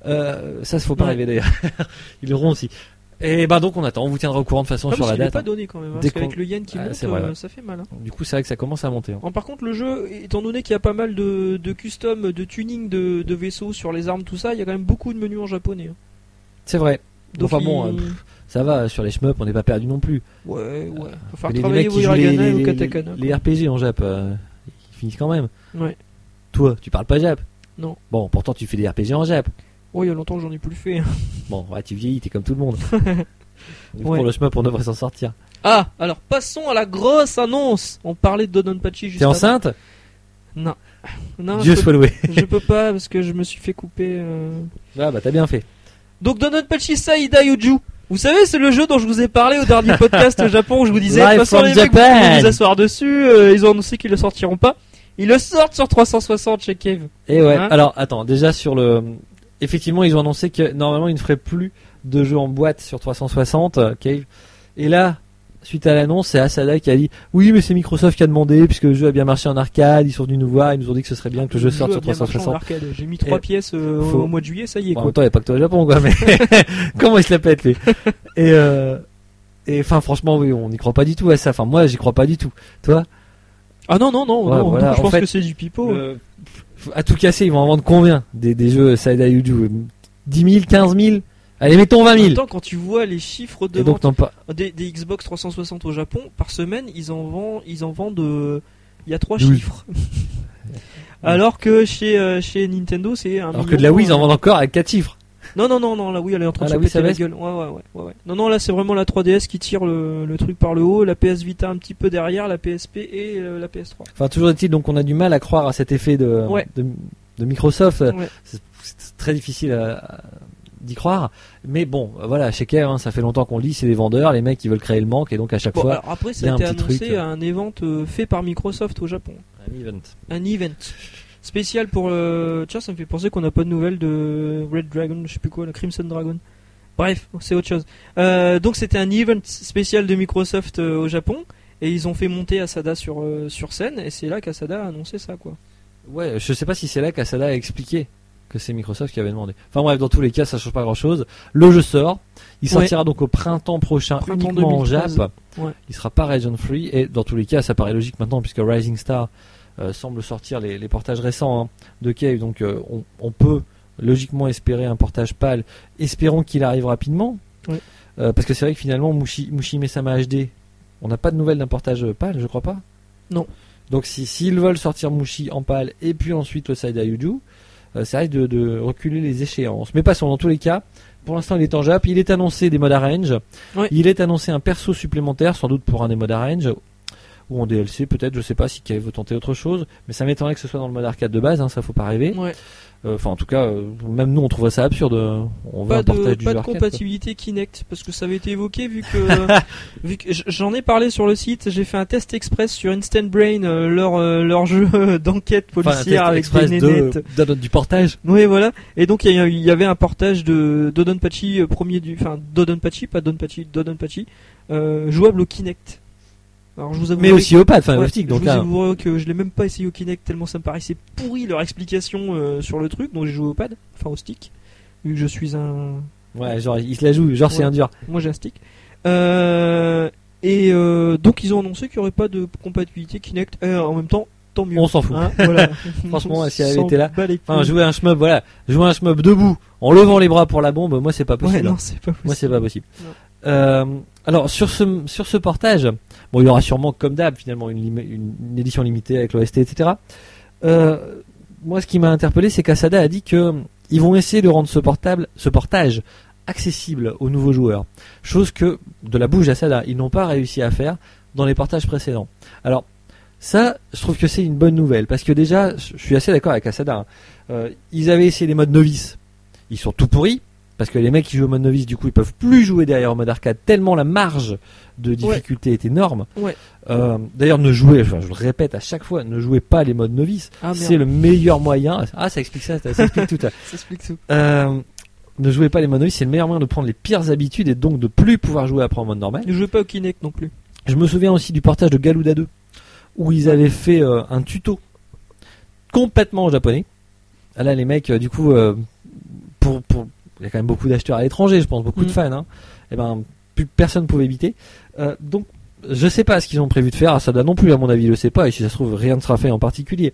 [SPEAKER 1] Euh, ça, se faut pas
[SPEAKER 2] Ouais.
[SPEAKER 1] rêver d'ailleurs. *laughs* Ils l'auront aussi. Et bah donc, on attend. On vous tiendra au courant de toute façon
[SPEAKER 2] Ah,
[SPEAKER 1] sur
[SPEAKER 2] parce
[SPEAKER 1] la
[SPEAKER 2] qu'il est
[SPEAKER 1] date.
[SPEAKER 2] pas donné quand même. hein,
[SPEAKER 1] Dès
[SPEAKER 2] parce qu'avec
[SPEAKER 1] qu'on-
[SPEAKER 2] le yen qui
[SPEAKER 1] Ah,
[SPEAKER 2] monte,
[SPEAKER 1] c'est vrai,
[SPEAKER 2] euh,
[SPEAKER 1] ouais.
[SPEAKER 2] ça fait mal. hein.
[SPEAKER 1] Du coup, c'est vrai que ça commence à monter. hein.
[SPEAKER 2] Bon, par contre, le jeu, étant donné qu'il y a pas mal de, de custom, de tuning de, de vaisseaux sur les armes, tout ça, il y a quand même beaucoup de menus en japonais. hein.
[SPEAKER 1] C'est vrai.
[SPEAKER 2] Donc,
[SPEAKER 1] Enfin bon,
[SPEAKER 2] il-
[SPEAKER 1] euh, ça va. Sur les Shmup, on n'est pas perdu non plus.
[SPEAKER 2] ouais, ouais. Faut faire
[SPEAKER 1] Ah, Mais les
[SPEAKER 2] travailler
[SPEAKER 1] mecs
[SPEAKER 2] vos
[SPEAKER 1] qui jouent les,
[SPEAKER 2] hiragana et
[SPEAKER 1] les-
[SPEAKER 2] vos
[SPEAKER 1] les-
[SPEAKER 2] katakana.
[SPEAKER 1] les RPG en Jap, euh, ils finissent quand même.
[SPEAKER 2] quoi. hein. Ouais.
[SPEAKER 1] Toi, tu parles pas Jap
[SPEAKER 2] Non.
[SPEAKER 1] Bon, pourtant tu fais des RPG en Jap.
[SPEAKER 2] Oh, il y a longtemps que j'en ai plus le fait. hein.
[SPEAKER 1] Bon, ouais, tu vieillis, t'es comme tout le
[SPEAKER 2] *laughs*
[SPEAKER 1] monde. Donc,
[SPEAKER 2] Ouais.
[SPEAKER 1] Pour le chemin, on devrait s'en sortir.
[SPEAKER 2] Ah, alors passons à la grosse annonce. On parlait de Dodonpachi juste
[SPEAKER 1] T'es enceinte
[SPEAKER 2] avant. Non,
[SPEAKER 1] Dieu
[SPEAKER 2] je peux,
[SPEAKER 1] soit loué.
[SPEAKER 2] *laughs* je peux pas parce que je me suis fait couper. euh.
[SPEAKER 1] Ah bah t'as bien fait.
[SPEAKER 2] Donc Dodonpachi Saida Yuju. Vous savez, c'est le jeu dont je vous ai parlé
[SPEAKER 1] *laughs*
[SPEAKER 2] au dernier podcast au Japon où je vous disais, de toute
[SPEAKER 1] Live
[SPEAKER 2] façon,
[SPEAKER 1] from
[SPEAKER 2] les mecs, vous
[SPEAKER 1] Japan.
[SPEAKER 2] pouvez vous asseoir dessus, euh, ils ont annoncé qu'ils le sortiront pas. Ils le sortent sur 360 chez Cave.
[SPEAKER 1] Et ouais.
[SPEAKER 2] Hein
[SPEAKER 1] Alors attends, déjà sur le. Effectivement, ils ont annoncé que normalement ils ne feraient plus de jeux en boîte sur 360. euh, Cave. Et là, suite à l'annonce, c'est Asada qui a dit oui, mais c'est Microsoft qui a demandé puisque le jeu a bien marché en arcade. Ils sont venus nous voir, ils nous ont dit que ce serait bien que le jeu sorte
[SPEAKER 2] a
[SPEAKER 1] sur
[SPEAKER 2] bien marché en
[SPEAKER 1] 360.
[SPEAKER 2] arcade. J'ai mis trois
[SPEAKER 1] Et
[SPEAKER 2] pièces euh, au-
[SPEAKER 1] faut-
[SPEAKER 2] au mois de juillet, ça y est
[SPEAKER 1] Bon, en
[SPEAKER 2] quoi.
[SPEAKER 1] même temps, il n'y a pas que toi au Japon, quoi, mais *laughs* comment il se la pète, lui Et euh, et enfin, franchement, oui, on n'y croit pas du tout à ça. Enfin, moi, j'y crois pas du tout. Toi,
[SPEAKER 2] Ah non, non, non,
[SPEAKER 1] Ouais,
[SPEAKER 2] non,
[SPEAKER 1] voilà,
[SPEAKER 2] non, je
[SPEAKER 1] en
[SPEAKER 2] pense
[SPEAKER 1] fait,
[SPEAKER 2] que c'est du pipeau.
[SPEAKER 1] euh, à tout casser, ils vont en vendre combien des, des jeux Saida Yuju 10 000, 15 000 Allez, mettons 20
[SPEAKER 2] En
[SPEAKER 1] 000
[SPEAKER 2] même temps, quand tu vois les chiffres
[SPEAKER 1] Et
[SPEAKER 2] devant
[SPEAKER 1] donc, non, pas.
[SPEAKER 2] Des, des Xbox 360 au Japon, par semaine, ils en vendent, ils en vendent euh, il y a trois
[SPEAKER 1] Douze.
[SPEAKER 2] chiffres. *laughs* Alors que chez, euh, chez Nintendo, c'est un.
[SPEAKER 1] Alors que
[SPEAKER 2] million,
[SPEAKER 1] de la Wii,
[SPEAKER 2] euh,
[SPEAKER 1] ils en vendent encore avec 4 chiffres.
[SPEAKER 2] Non, non, non, non, la Wii, elle est en train
[SPEAKER 1] Ah,
[SPEAKER 2] de
[SPEAKER 1] la
[SPEAKER 2] se
[SPEAKER 1] Wii,
[SPEAKER 2] péter
[SPEAKER 1] ça
[SPEAKER 2] la
[SPEAKER 1] baisse
[SPEAKER 2] gueule. Ouais, ouais, ouais, ouais, ouais. Non, non, là, c'est vraiment la 3DS qui tire le, le truc par le haut, la PS Vita un petit peu derrière, la PSP et euh, la PS3.
[SPEAKER 1] Enfin, toujours est-il, donc on a du mal à croire à cet effet de,
[SPEAKER 2] Ouais.
[SPEAKER 1] de, de Microsoft.
[SPEAKER 2] Ouais.
[SPEAKER 1] C'est c'est très difficile à- à- d'y croire. Mais bon, voilà, chez Care, hein, ça fait longtemps qu'on lit, c'est les vendeurs, les mecs qui veulent créer le manque, et donc à chaque
[SPEAKER 2] Bon,
[SPEAKER 1] fois,
[SPEAKER 2] alors après,
[SPEAKER 1] il y
[SPEAKER 2] ça
[SPEAKER 1] a
[SPEAKER 2] a
[SPEAKER 1] un
[SPEAKER 2] été
[SPEAKER 1] petit
[SPEAKER 2] annoncé
[SPEAKER 1] truc,
[SPEAKER 2] à un event euh, fait par Microsoft au Japon.
[SPEAKER 1] un event.
[SPEAKER 2] un event spécial pour le. Tiens, ça me fait penser qu'on n'a pas de nouvelles de Red Dragon, je sais plus quoi, le Crimson Dragon. Bref, c'est autre chose. Euh, donc c'était un event spécial de Microsoft euh, au Japon et ils ont fait monter Asada sur euh, sur scène et c'est là qu'Asada a annoncé ça quoi.
[SPEAKER 1] Ouais, je sais pas si c'est là qu'Asada a expliqué que c'est Microsoft qui avait demandé. Enfin bref, dans tous les cas, ça change pas grand chose. Le jeu sort. Il
[SPEAKER 2] Ouais.
[SPEAKER 1] sortira donc au printemps prochain
[SPEAKER 2] Printemps
[SPEAKER 1] uniquement
[SPEAKER 2] 2013.
[SPEAKER 1] en Jap.
[SPEAKER 2] Ouais.
[SPEAKER 1] Il sera pas region free et dans tous les cas, ça paraît logique maintenant puisque Rising Star euh, semble sortir les, les portages récents hein, de Cave. Donc euh, on, on peut logiquement espérer un portage pâle. Espérons qu'il arrive rapidement.
[SPEAKER 2] Ouais.
[SPEAKER 1] Euh, parce que c'est vrai que finalement, Mushi, Mushime Sama HD, on n'a pas de nouvelles d'un portage euh, pâle, je crois pas.
[SPEAKER 2] Non.
[SPEAKER 1] Donc si s'ils veulent sortir Mushi en pâle et puis ensuite le Saida Yuju, euh, ça risque de, de reculer les échéances. Mais passons dans tous les cas. Pour l'instant, il est en Jap. Il est annoncé des modes arrange.
[SPEAKER 2] Ouais.
[SPEAKER 1] Il est annoncé un perso supplémentaire, sans doute pour un des modes arrange ou en DLC peut-être. Je sais pas si Cave veut tenter autre chose, mais ça m'étonnerait que ce soit dans le mode arcade de base. Hein, ça faut pas rêver.
[SPEAKER 2] Ouais.
[SPEAKER 1] Euh, Enfin, en tout cas, euh, même nous, on trouverait ça absurde. euh, On veut
[SPEAKER 2] Pas
[SPEAKER 1] un portage
[SPEAKER 2] de
[SPEAKER 1] du
[SPEAKER 2] pas
[SPEAKER 1] jeu
[SPEAKER 2] de
[SPEAKER 1] arcade,
[SPEAKER 2] compatibilité Kinect parce que ça avait été évoqué vu
[SPEAKER 1] *laughs*
[SPEAKER 2] que vu que j- j'en ai parlé sur le site, j'ai fait un test express sur Instant Brain euh, leur euh, leur jeu *laughs* d'enquête
[SPEAKER 1] quoi. Enfin, un test
[SPEAKER 2] policière avec
[SPEAKER 1] express
[SPEAKER 2] des nénettes.
[SPEAKER 1] de, de- du portage.
[SPEAKER 2] Oui, voilà. Et donc, il y, a- il y avait un portage de Dodonpachi, euh, premier du. Enfin, Dodonpachi, pas Dodonpachi, Dodonpachi, euh, jouable au Kinect. Alors, je vous avoue.
[SPEAKER 1] Mais aussi au pad, enfin
[SPEAKER 2] Ouais,
[SPEAKER 1] optique. Donc
[SPEAKER 2] je vous
[SPEAKER 1] là,
[SPEAKER 2] avouerai que je l'ai même pas essayé au Kinect tellement ça me paraissait pourri leur explication euh, sur le truc. Donc, j'ai joué au pad, enfin au stick. Vu que je suis un.
[SPEAKER 1] ouais, genre il se la joue, genre c'est
[SPEAKER 2] Ouais.
[SPEAKER 1] un dur.
[SPEAKER 2] Moi, j'ai un stick. Euh, et euh, donc, ils ont annoncé qu'il n'y aurait pas de compatibilité Kinect. Euh, en même temps, tant mieux.
[SPEAKER 1] On s'en fout.
[SPEAKER 2] Hein, voilà.
[SPEAKER 1] *laughs* Franchement, si elle avait
[SPEAKER 2] S'en
[SPEAKER 1] été là-
[SPEAKER 2] bat les
[SPEAKER 1] Enfin,
[SPEAKER 2] couilles.
[SPEAKER 1] jouer un shmup, voilà, jouer un shmup debout en levant les bras pour la bombe, moi c'est pas
[SPEAKER 2] Ouais,
[SPEAKER 1] possible.
[SPEAKER 2] non, c'est pas
[SPEAKER 1] moi
[SPEAKER 2] possible.
[SPEAKER 1] c'est pas possible.
[SPEAKER 2] Non.
[SPEAKER 1] Euh, alors sur ce sur ce portage, bon il y aura sûrement comme d'hab finalement une, lim- une, une édition limitée avec l'OST etc. Euh, moi ce qui m'a interpellé c'est qu'Asada a dit que ils vont essayer de rendre ce portable ce portage accessible aux nouveaux joueurs, chose que de la bouche d'Asada ils n'ont pas réussi à faire dans les portages précédents. Alors ça, je trouve que c'est une bonne nouvelle parce que déjà, je suis assez d'accord avec Asada. hein. Euh, ils avaient essayé les modes novices, ils sont tout pourris parce que les mecs qui jouent au mode novice, du coup, ils peuvent plus jouer derrière au mode arcade tellement la marge de difficulté est énorme.
[SPEAKER 2] Ouais.
[SPEAKER 1] Euh, D'ailleurs, ne jouez, enfin, je le répète à chaque fois, ne jouez pas les modes novices.
[SPEAKER 2] Ah
[SPEAKER 1] c'est
[SPEAKER 2] merde,
[SPEAKER 1] le meilleur moyen. Ah, ça explique ça, ça, ça explique tout.
[SPEAKER 2] ça explique tout.
[SPEAKER 1] Euh, ne jouez pas les modes novices, c'est le meilleur moyen de prendre les pires habitudes et donc de plus pouvoir jouer après en mode normal.
[SPEAKER 2] Ne jouez pas au Kinect non plus.
[SPEAKER 1] Je me souviens aussi du portage de Galuda 2, où ils avaient fait euh, un tuto complètement japonais. Ah là, les mecs, euh, du coup, euh, pour, pour- il y a quand même beaucoup d'acheteurs à l'étranger, je pense, beaucoup
[SPEAKER 2] Mm.
[SPEAKER 1] de fans. Hein. Et ben, plus personne pouvait éviter. Euh, donc, je sais pas ce qu'ils ont prévu de faire. Asada non plus, à mon avis, le sait pas. Et si ça se trouve, rien ne sera fait en particulier.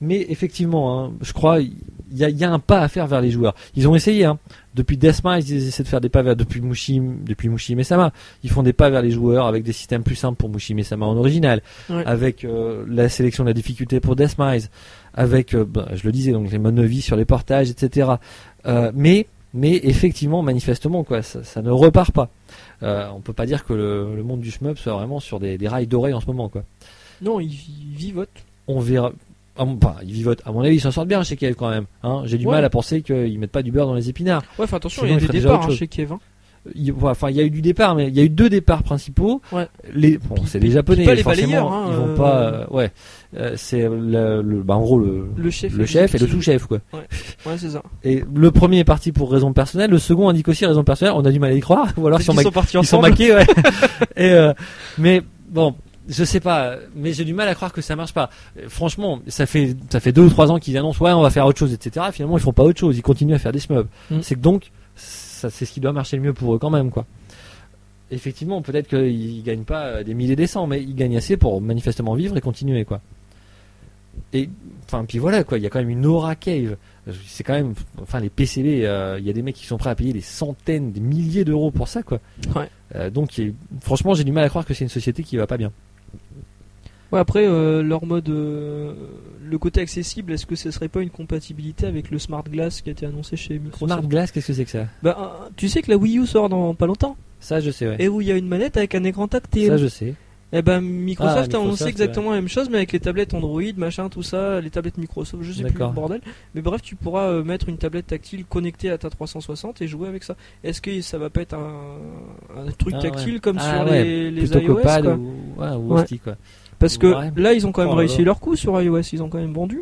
[SPEAKER 1] Mais effectivement, hein, je crois, il y, a- il y a un pas à faire vers les joueurs. Ils ont essayé. Hein. Depuis Deathmise, ils essaient de faire des pas vers depuis Mushi, depuis Mushi Mesama ils font des pas vers les joueurs avec des systèmes plus simples pour Mushi Sama en original,
[SPEAKER 2] Ouais.
[SPEAKER 1] avec euh, la sélection de la difficulté pour Deathmise, avec, euh, ben, je le disais, donc les monovies sur les portages, etc. Euh, mais, mais effectivement, manifestement, quoi, ça, ça ne repart pas. Euh, on peut pas dire que le, le monde du shmup soit vraiment sur des, des rails dorés en ce moment, quoi.
[SPEAKER 2] Non, ils il vivotent.
[SPEAKER 1] On verra. ah, bon, Enfin, ils vivotent. À mon avis, ils s'en sortent bien chez Kev quand même. Hein. J'ai du
[SPEAKER 2] Ouais.
[SPEAKER 1] mal à penser qu'ils mettent pas du beurre dans les épinards.
[SPEAKER 2] Ouais, enfin attention,
[SPEAKER 1] Sinon, il
[SPEAKER 2] il y a des
[SPEAKER 1] ferait déjà
[SPEAKER 2] départs
[SPEAKER 1] autre
[SPEAKER 2] hein,
[SPEAKER 1] chose.
[SPEAKER 2] chez Kevin.
[SPEAKER 1] Il- voilà, Enfin, il y a eu du départ, mais il y a eu deux départs principaux.
[SPEAKER 2] Ouais.
[SPEAKER 1] Les, bon, c'est
[SPEAKER 2] puis-
[SPEAKER 1] les Japonais,
[SPEAKER 2] puis pas les
[SPEAKER 1] forcément,
[SPEAKER 2] balayeurs, hein,
[SPEAKER 1] ils
[SPEAKER 2] euh,
[SPEAKER 1] vont pas. euh, ouais, Euh, c'est le, le- bah, en gros le,
[SPEAKER 2] Le chef.
[SPEAKER 1] le chef et le sous-chef, quoi.
[SPEAKER 2] Ouais, c'est ça.
[SPEAKER 1] Et le premier est parti pour raison personnelle, le second indique aussi raison personnelle. On a du mal à y croire, *laughs* ou alors si
[SPEAKER 2] Peut-être
[SPEAKER 1] on
[SPEAKER 2] qu'ils sont partis
[SPEAKER 1] ils sont
[SPEAKER 2] ensemble.
[SPEAKER 1] maqués, ouais. *laughs* Et, euh, mais bon, je sais pas, mais j'ai du mal à croire que ça marche pas. Euh, Franchement, ça fait ça fait deux ou trois ans qu'ils annoncent ouais, on va faire autre chose, etc. Finalement, ils font pas autre chose, ils continuent à faire des smobs.
[SPEAKER 2] Mm.
[SPEAKER 1] C'est que donc ça c'est ce qui doit marcher le mieux pour eux quand même, quoi. Effectivement, peut-être qu'ils gagnent pas euh, des milliers des cents, mais ils gagnent assez pour manifestement vivre et continuer, quoi. Et enfin, puis voilà, quoi. Il y a quand même une aura cave. C'est quand même, enfin, les PCB, euh, il y a des mecs qui sont prêts à payer des centaines, des milliers d'euros pour ça, quoi. Euh, donc il y a- franchement j'ai du mal à croire que c'est une société qui va pas bien.
[SPEAKER 2] Ouais, après, euh, leur mode. euh, le côté accessible, est-ce que ce serait pas une compatibilité avec le Smart Glass qui a été annoncé chez
[SPEAKER 1] Smart
[SPEAKER 2] Microsoft
[SPEAKER 1] Glass qu'est-ce que c'est que ça
[SPEAKER 2] Bah, euh, tu sais que la Wii U sort dans pas longtemps.
[SPEAKER 1] Ça je sais ouais.
[SPEAKER 2] Et où il y a une manette avec un écran tactile.
[SPEAKER 1] Ça je sais.
[SPEAKER 2] Eh ben Microsoft
[SPEAKER 1] Ah,
[SPEAKER 2] a
[SPEAKER 1] Microsoft,
[SPEAKER 2] annoncé exactement la même chose mais avec les tablettes Android, machin, tout ça, les tablettes Microsoft, je sais plus le
[SPEAKER 1] D'accord.
[SPEAKER 2] bordel. Mais bref, tu pourras euh, mettre une tablette tactile connectée à ta 360 et jouer avec ça. Est-ce que ça va pas être un, un truc
[SPEAKER 1] Ah, ouais.
[SPEAKER 2] tactile comme
[SPEAKER 1] Ah,
[SPEAKER 2] sur
[SPEAKER 1] ouais,
[SPEAKER 2] les, les
[SPEAKER 1] Plutôt
[SPEAKER 2] iOS
[SPEAKER 1] que pad
[SPEAKER 2] quoi
[SPEAKER 1] ou, ouais, ou
[SPEAKER 2] Ouais.
[SPEAKER 1] hostie, quoi.
[SPEAKER 2] Parce que
[SPEAKER 1] Ouais.
[SPEAKER 2] là, ils ont quand même
[SPEAKER 1] Oh là
[SPEAKER 2] réussi
[SPEAKER 1] là.
[SPEAKER 2] leur coup sur iOS, ils ont quand même vendu.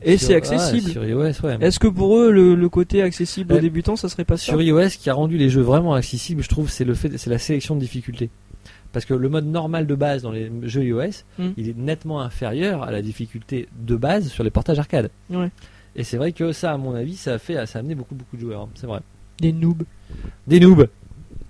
[SPEAKER 2] Et
[SPEAKER 1] Sur-
[SPEAKER 2] c'est
[SPEAKER 1] ouais,
[SPEAKER 2] accessible.
[SPEAKER 1] sur iOS ouais.
[SPEAKER 2] Est-ce que pour eux, le, le côté accessible aux
[SPEAKER 1] Euh,
[SPEAKER 2] débutants, ça serait pas ça
[SPEAKER 1] Sur iOS qui a rendu les jeux vraiment accessibles je trouve c'est le fait c'est la sélection de difficultés. Parce que le mode normal de base dans les jeux iOS,
[SPEAKER 2] Mm.
[SPEAKER 1] il est nettement inférieur à la difficulté de base sur les portages arcade.
[SPEAKER 2] Ouais.
[SPEAKER 1] Et c'est vrai que ça, à mon avis, ça a fait, ça a amené beaucoup beaucoup de joueurs. hein, C'est vrai.
[SPEAKER 2] Des noobs.
[SPEAKER 1] Des noobs.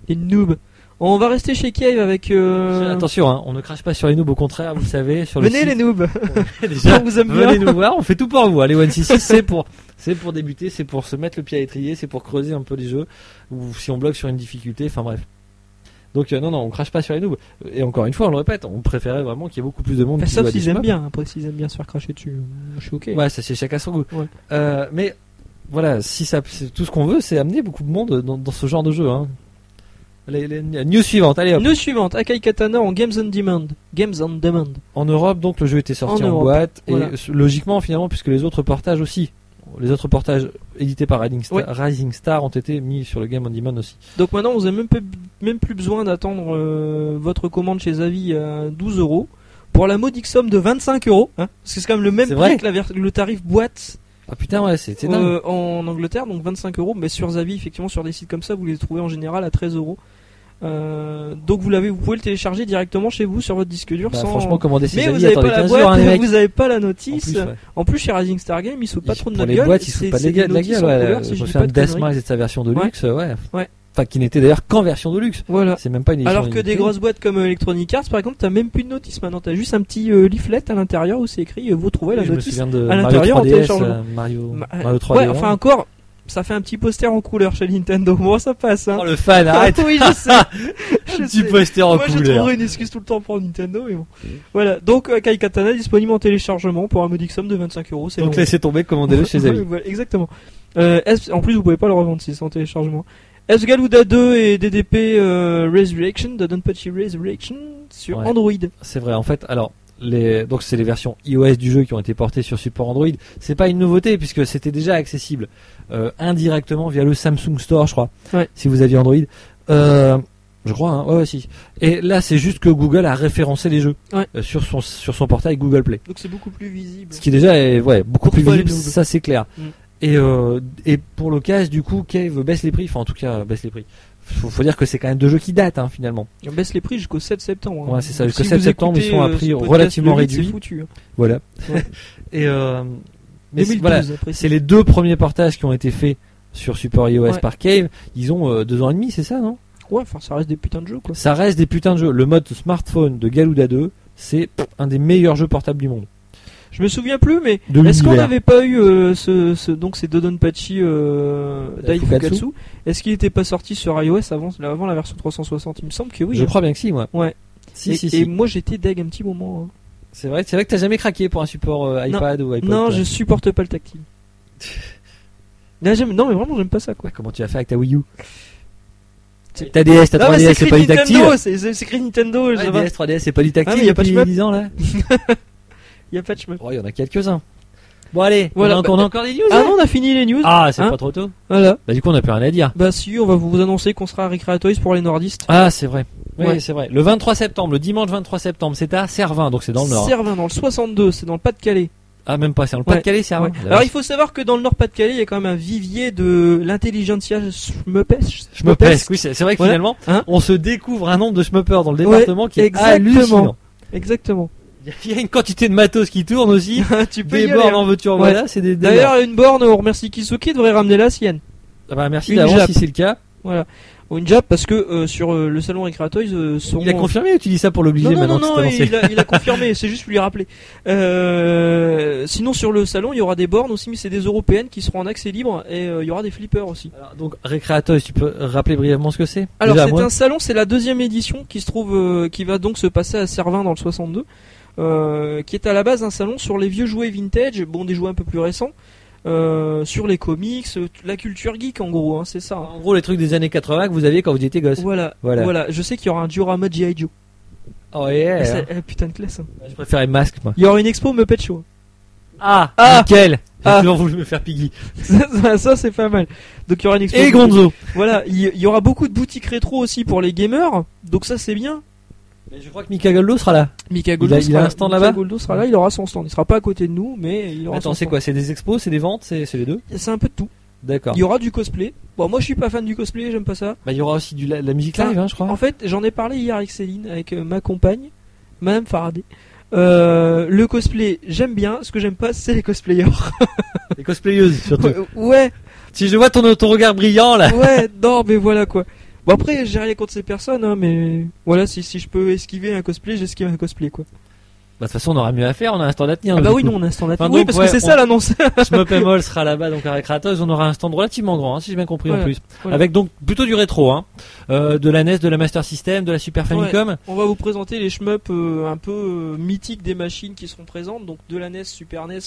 [SPEAKER 2] Des noobs. On va rester chez Cave avec... euh,
[SPEAKER 1] Attention, hein, on ne crache pas sur les noobs. Au contraire, vous le savez, sur le
[SPEAKER 2] Venez
[SPEAKER 1] site,
[SPEAKER 2] les noobs
[SPEAKER 1] *laughs* Déjà,
[SPEAKER 2] *laughs* On vous aime bien.
[SPEAKER 1] venez nous voir, on fait tout pour vous. hein, Allez, 166, c'est pour, c'est pour débuter, c'est pour se mettre le pied à l'étrier, c'est pour creuser un peu les jeux, ou si on bloque sur une difficulté, enfin bref. Donc euh, non, non, on crache pas sur les noobs. Et encore une fois, on le répète, on préférait vraiment qu'il y ait beaucoup plus de monde
[SPEAKER 2] Bah,
[SPEAKER 1] qui joue
[SPEAKER 2] sauf
[SPEAKER 1] à des
[SPEAKER 2] s'ils aiment
[SPEAKER 1] shmups.
[SPEAKER 2] bien, après s'ils aiment bien se faire cracher dessus, euh, je suis ok.
[SPEAKER 1] Ouais, ça c'est chacun son goût.
[SPEAKER 2] Ouais.
[SPEAKER 1] Euh, mais voilà, si ça, c'est tout ce qu'on veut, c'est amener beaucoup de monde dans, dans ce genre de jeu. Hein. Allez, les- la news suivante, allez hop.
[SPEAKER 2] News suivante, Akai Katana en Games on Demand. Games on Demand.
[SPEAKER 1] En Europe, donc, le jeu était sorti
[SPEAKER 2] En
[SPEAKER 1] en,
[SPEAKER 2] Europe,
[SPEAKER 1] boîte.
[SPEAKER 2] voilà.
[SPEAKER 1] Et s- logiquement, finalement, puisque les autres portages aussi, les autres portages édités par Rising Star,
[SPEAKER 2] Ouais.
[SPEAKER 1] Rising Star ont été mis sur le Game on Demand aussi.
[SPEAKER 2] Donc maintenant, vous n'avez même, peu- même plus besoin d'attendre euh, votre commande chez Avi à 12 euros pour la modique somme de 25 euros. hein, parce que c'est quand même le même
[SPEAKER 1] C'est
[SPEAKER 2] prix
[SPEAKER 1] vrai
[SPEAKER 2] que la ver- le tarif boîte
[SPEAKER 1] Ah putain, ouais, c'est c'est dingue.
[SPEAKER 2] euh, en Angleterre, donc 25 euros. Mais sur Zavi, effectivement, sur des sites comme ça, vous les trouvez en général à 13 euros. Euh, donc vous l'avez, vous pouvez le télécharger directement chez vous sur votre disque dur.
[SPEAKER 1] Bah,
[SPEAKER 2] sans...
[SPEAKER 1] franchement, commander ses
[SPEAKER 2] mais
[SPEAKER 1] avis,
[SPEAKER 2] vous n'avez pas
[SPEAKER 1] attendez
[SPEAKER 2] la
[SPEAKER 1] 15
[SPEAKER 2] boîte, *laughs*
[SPEAKER 1] jours, hein, les mecs.
[SPEAKER 2] vous n'avez pas la
[SPEAKER 1] En
[SPEAKER 2] notice.
[SPEAKER 1] plus, ouais.
[SPEAKER 2] En plus, chez Rising Star Game, ils sautent pas
[SPEAKER 1] Ils-
[SPEAKER 2] trop de
[SPEAKER 1] pour
[SPEAKER 2] notre
[SPEAKER 1] les
[SPEAKER 2] gueule.
[SPEAKER 1] boîtes, ils sont
[SPEAKER 2] C'est-
[SPEAKER 1] pas de
[SPEAKER 2] c'est
[SPEAKER 1] la gueule.
[SPEAKER 2] des
[SPEAKER 1] de la
[SPEAKER 2] notices
[SPEAKER 1] gueule,
[SPEAKER 2] en
[SPEAKER 1] ouais. euh,
[SPEAKER 2] couleur, si
[SPEAKER 1] Je me
[SPEAKER 2] dis
[SPEAKER 1] souviens
[SPEAKER 2] pas
[SPEAKER 1] de
[SPEAKER 2] de conneries.
[SPEAKER 1] Deathmatch et de sa version de
[SPEAKER 2] Ouais.
[SPEAKER 1] luxe, euh, ouais.
[SPEAKER 2] Ouais.
[SPEAKER 1] Enfin, qui n'était d'ailleurs qu'en version de luxe.
[SPEAKER 2] Voilà.
[SPEAKER 1] C'est même pas une édition
[SPEAKER 2] Alors que des
[SPEAKER 1] limitée.
[SPEAKER 2] grosses boîtes comme Electronic Arts, par exemple, t'as même plus de notice maintenant. T'as juste un petit euh, leaflet à l'intérieur où c'est écrit euh, vous trouvez la
[SPEAKER 1] Je me
[SPEAKER 2] notice.
[SPEAKER 1] souviens de
[SPEAKER 2] à
[SPEAKER 1] Mario
[SPEAKER 2] l'intérieur, en
[SPEAKER 1] 3DS,
[SPEAKER 2] téléchargement.
[SPEAKER 1] euh, Mario,
[SPEAKER 2] Ma-
[SPEAKER 1] Mario 3D.
[SPEAKER 2] ouais, enfin encore. ça fait un petit poster en couleur chez Nintendo. *laughs* Moi, ça passe. Hein.
[SPEAKER 1] Oh, le fan, arrête
[SPEAKER 2] oui,
[SPEAKER 1] *laughs*
[SPEAKER 2] je sais. je
[SPEAKER 1] Petit
[SPEAKER 2] sais.
[SPEAKER 1] poster en
[SPEAKER 2] Moi, je
[SPEAKER 1] couleur.
[SPEAKER 2] trouverai une excuse tout le temps pour Nintendo, mais bon. Voilà. Donc, euh, Kaikatana disponible en téléchargement pour un modique somme de 25 euros. C'est
[SPEAKER 1] Donc
[SPEAKER 2] long.
[SPEAKER 1] laissez tomber, commandez-le
[SPEAKER 2] *laughs*
[SPEAKER 1] chez
[SPEAKER 2] Ouais,
[SPEAKER 1] Avis.
[SPEAKER 2] voilà, exactement. Euh, S- en plus, vous pouvez pas le revendre si c'est en téléchargement. Esgaluda 2 et DDP euh, Resurrection, de Dunpatchy Resurrection, sur
[SPEAKER 1] Ouais.
[SPEAKER 2] Android.
[SPEAKER 1] C'est vrai, en fait, alors, les, donc c'est les versions iOS du jeu qui ont été portées sur support Android. C'est pas une nouveauté puisque c'était déjà accessible euh, indirectement via le Samsung Store, je crois,
[SPEAKER 2] Ouais.
[SPEAKER 1] si vous aviez Android. Euh, je crois, hein, ouais, ouais, si. Et là, c'est juste que Google a référencé les jeux
[SPEAKER 2] Ouais.
[SPEAKER 1] euh, sur son sur son portail Google Play.
[SPEAKER 2] Donc, c'est beaucoup plus visible.
[SPEAKER 1] Ce qui déjà est ouais, beaucoup
[SPEAKER 2] Pour
[SPEAKER 1] plus
[SPEAKER 2] toi, les
[SPEAKER 1] visible,
[SPEAKER 2] doubles.
[SPEAKER 1] ça c'est clair.
[SPEAKER 2] Mm.
[SPEAKER 1] Et, euh, et pour le cas, du coup, Cave baisse les prix, enfin en tout cas baisse les prix. Faut, faut dire que c'est quand même deux jeux qui datent hein, finalement.
[SPEAKER 2] On baisse les prix jusqu'au 7 septembre. hein.
[SPEAKER 1] Ouais, c'est ça,
[SPEAKER 2] Donc,
[SPEAKER 1] jusqu'au
[SPEAKER 2] si
[SPEAKER 1] 7
[SPEAKER 2] vous
[SPEAKER 1] septembre, ils
[SPEAKER 2] écoutez,
[SPEAKER 1] sont à
[SPEAKER 2] euh,
[SPEAKER 1] prix
[SPEAKER 2] ce podcast,
[SPEAKER 1] relativement
[SPEAKER 2] le huit,
[SPEAKER 1] réduit.
[SPEAKER 2] C'est foutu. hein.
[SPEAKER 1] Voilà.
[SPEAKER 2] Ouais.
[SPEAKER 1] *laughs* et euh, mais c'est-
[SPEAKER 2] 2012,
[SPEAKER 1] voilà,
[SPEAKER 2] après,
[SPEAKER 1] c'est les deux premiers portages qui ont été faits sur Super iOS
[SPEAKER 2] Ouais.
[SPEAKER 1] par Cave. Ils ont euh, deux ans et demi, c'est ça, non
[SPEAKER 2] Ouais, enfin, ça reste des putains de jeux, quoi.
[SPEAKER 1] Ça reste des putains de jeux. Le mode smartphone de Galuda 2, c'est pff, un des meilleurs jeux portables du monde.
[SPEAKER 2] Je me souviens plus, mais
[SPEAKER 1] De
[SPEAKER 2] est-ce qu'on
[SPEAKER 1] l'univers.
[SPEAKER 2] n'avait pas eu euh, ce, ce- donc ces Dodonpachi euh,
[SPEAKER 1] Euh,
[SPEAKER 2] Dai
[SPEAKER 1] Fukatsu
[SPEAKER 2] Fukatsu Est-ce qu'il n'était pas sorti sur iOS avant, avant la version 360 Il me semble que oui.
[SPEAKER 1] Je
[SPEAKER 2] hein.
[SPEAKER 1] crois bien que si, moi.
[SPEAKER 2] Ouais.
[SPEAKER 1] Si,
[SPEAKER 2] et,
[SPEAKER 1] si,
[SPEAKER 2] et
[SPEAKER 1] si.
[SPEAKER 2] moi j'étais deg un petit moment. hein.
[SPEAKER 1] C'est vrai, c'est vrai que t'as jamais craqué pour un support euh,
[SPEAKER 2] Non.
[SPEAKER 1] iPad ou iPod.
[SPEAKER 2] Non,
[SPEAKER 1] toi.
[SPEAKER 2] je supporte pas
[SPEAKER 1] *laughs*
[SPEAKER 2] le tactile. non, j'aime- non, mais vraiment j'aime pas ça quoi.
[SPEAKER 1] Bah, comment tu as fait avec ta Wii U
[SPEAKER 2] C'est-
[SPEAKER 1] Ta DS, ta
[SPEAKER 2] Non,
[SPEAKER 1] 3DS,
[SPEAKER 2] mais
[SPEAKER 1] c'est
[SPEAKER 2] écrit
[SPEAKER 1] pas du tactile.
[SPEAKER 2] Nintendo, c'est c'est écrit Nintendo,
[SPEAKER 1] Ouais,
[SPEAKER 2] ça va.
[SPEAKER 1] DS, 3DS, c'est pas du
[SPEAKER 2] Ah,
[SPEAKER 1] tactile
[SPEAKER 2] mais y a pas de
[SPEAKER 1] depuis
[SPEAKER 2] chemin.
[SPEAKER 1] 10 ans là.
[SPEAKER 2] y a pas de chemin.
[SPEAKER 1] Oh, il y en a quelques-uns. Bon, allez,
[SPEAKER 2] Voilà,
[SPEAKER 1] on, a,
[SPEAKER 2] bah,
[SPEAKER 1] on a encore des news
[SPEAKER 2] Ah
[SPEAKER 1] là
[SPEAKER 2] non, on a fini les news.
[SPEAKER 1] Ah, c'est
[SPEAKER 2] Hein
[SPEAKER 1] pas trop tôt.
[SPEAKER 2] Voilà.
[SPEAKER 1] Bah, du coup, on a plus rien à dire.
[SPEAKER 2] Bah si, on va vous annoncer qu'on sera à Recreatoys pour les nordistes.
[SPEAKER 1] Ah, c'est vrai. Oui,
[SPEAKER 2] Ouais.
[SPEAKER 1] c'est vrai. Le 23 septembre, le dimanche 23 septembre, c'est à Cervin, donc c'est dans le Nord.
[SPEAKER 2] Servin dans le 62, c'est dans le Pas-de-Calais.
[SPEAKER 1] Ah, même pas, c'est dans le
[SPEAKER 2] Ouais.
[SPEAKER 1] Pas-de-Calais, Cervin. Ah,
[SPEAKER 2] Ouais. Alors il faut savoir que dans le Nord-Pas-de-Calais, il y a quand même un vivier de l'intelligentsia schmeupesque.
[SPEAKER 1] je me pèse. Oui, c'est c'est vrai que
[SPEAKER 2] Voilà.
[SPEAKER 1] finalement,
[SPEAKER 2] Hein
[SPEAKER 1] on se découvre un nombre de schmuppers dans le département qui est
[SPEAKER 2] exactement.
[SPEAKER 1] hallucinant.
[SPEAKER 2] Exactement.
[SPEAKER 1] Il y a une quantité de matos qui tourne aussi.
[SPEAKER 2] *laughs* tu peux
[SPEAKER 1] Des
[SPEAKER 2] y aller,
[SPEAKER 1] bornes
[SPEAKER 2] hein.
[SPEAKER 1] en voiture,
[SPEAKER 2] Ouais.
[SPEAKER 1] voilà, c'est des. des
[SPEAKER 2] D'ailleurs, une borne, on remercie Kisuki, devrait ramener la sienne.
[SPEAKER 1] Ah bah, merci
[SPEAKER 2] une
[SPEAKER 1] d'avance
[SPEAKER 2] Jap.
[SPEAKER 1] si c'est le cas.
[SPEAKER 2] Voilà. Ou Une jab parce que euh, sur euh, le salon Recreatoys euh, sont...
[SPEAKER 1] Il a confirmé ou tu dis ça pour l'obliger
[SPEAKER 2] Non, non, non,
[SPEAKER 1] maintenant que
[SPEAKER 2] non,
[SPEAKER 1] c'est lancé
[SPEAKER 2] il
[SPEAKER 1] *laughs*
[SPEAKER 2] a, il a confirmé, c'est juste lui rappeler. Euh, sinon, sur le salon, il y aura des bornes aussi, mais c'est des européennes qui seront en accès libre et euh, il y aura des flippers aussi.
[SPEAKER 1] Alors, donc, Récréatoys, tu peux rappeler brièvement ce que c'est
[SPEAKER 2] Alors
[SPEAKER 1] Déjà,
[SPEAKER 2] c'est
[SPEAKER 1] moi,
[SPEAKER 2] un salon, c'est la deuxième édition qui se trouve, euh, qui va donc se passer à Servin dans le 62, euh, qui est à la base un salon sur les vieux jouets vintage, bon des jouets un peu plus récents, euh, sur les comics, euh, t- la culture geek en gros, hein, c'est ça. hein.
[SPEAKER 1] En gros, les trucs des années 80 que vous aviez quand vous étiez gosse.
[SPEAKER 2] Voilà,
[SPEAKER 1] Voilà.
[SPEAKER 2] voilà, Je sais qu'il y aura un diorama G.I. Joe.
[SPEAKER 1] Oh yeah. Bah,
[SPEAKER 2] Et c'est- eh, putain de classe. hein.
[SPEAKER 1] Je préférais masque, moi.
[SPEAKER 2] Il y aura une expo Muppet Show. *laughs*
[SPEAKER 1] Ah,
[SPEAKER 2] Ah
[SPEAKER 1] Nickel J'ai
[SPEAKER 2] Ah
[SPEAKER 1] toujours voulu me faire Piggy.
[SPEAKER 2] ça, ça- ça, c'est pas mal. Donc il y aura une expo.
[SPEAKER 1] Et Gonzo
[SPEAKER 2] Voilà, il il y, aura beaucoup de boutiques rétro aussi pour les gamers. Donc ça c'est bien.
[SPEAKER 1] Mais je crois que Mika Goldo sera là.
[SPEAKER 2] Mika
[SPEAKER 1] Il a-
[SPEAKER 2] Goldo
[SPEAKER 1] il a
[SPEAKER 2] sera
[SPEAKER 1] un stand
[SPEAKER 2] Mika
[SPEAKER 1] là-bas
[SPEAKER 2] Goldo sera là, il aura son stand. Il sera pas à côté de nous, mais il aura
[SPEAKER 1] Attends,
[SPEAKER 2] son
[SPEAKER 1] c'est
[SPEAKER 2] stand.
[SPEAKER 1] quoi C'est des expos, c'est des ventes, c'est c'est les deux
[SPEAKER 2] C'est un peu de tout.
[SPEAKER 1] D'accord.
[SPEAKER 2] Il y aura du cosplay. Bon, moi je suis pas fan du cosplay, j'aime pas ça.
[SPEAKER 1] Bah, il y aura aussi du, la, de la musique live, hein, je crois.
[SPEAKER 2] En fait, j'en ai parlé hier avec Céline, avec euh, ma compagne, Madame Faraday. Euh, le cosplay, j'aime bien. Ce que j'aime pas, c'est les cosplayers.
[SPEAKER 1] *laughs* Les cosplayeuses, surtout.
[SPEAKER 2] *laughs* ouais,
[SPEAKER 1] si je vois ton, ton regard brillant, là.
[SPEAKER 2] ouais, non, mais voilà quoi. Bon, après, j'ai rien contre ces personnes, hein, mais voilà, si, si je peux esquiver un cosplay, j'esquive un cosplay quoi.
[SPEAKER 1] Bah, de toute façon, on aura mieux à faire, on a un stand à tenir.
[SPEAKER 2] Ah bah
[SPEAKER 1] du
[SPEAKER 2] oui,
[SPEAKER 1] *laughs* coup.
[SPEAKER 2] non, on a un stand à
[SPEAKER 1] Enfin,
[SPEAKER 2] Oui,
[SPEAKER 1] donc,
[SPEAKER 2] parce
[SPEAKER 1] ouais,
[SPEAKER 2] que c'est
[SPEAKER 1] on-
[SPEAKER 2] ça l'annonce.
[SPEAKER 1] Shmup and Mall sera là-bas, donc à Récréatos, on aura un stand relativement grand, hein, si j'ai bien compris en
[SPEAKER 2] Voilà,
[SPEAKER 1] plus.
[SPEAKER 2] voilà.
[SPEAKER 1] Avec donc plutôt du rétro, hein. Euh, de la NES, de la Master System, de la Super Famicom.
[SPEAKER 2] *laughs* On va vous présenter les shmups euh, un peu euh, mythiques des machines qui seront présentes, donc de la NES, Super NES,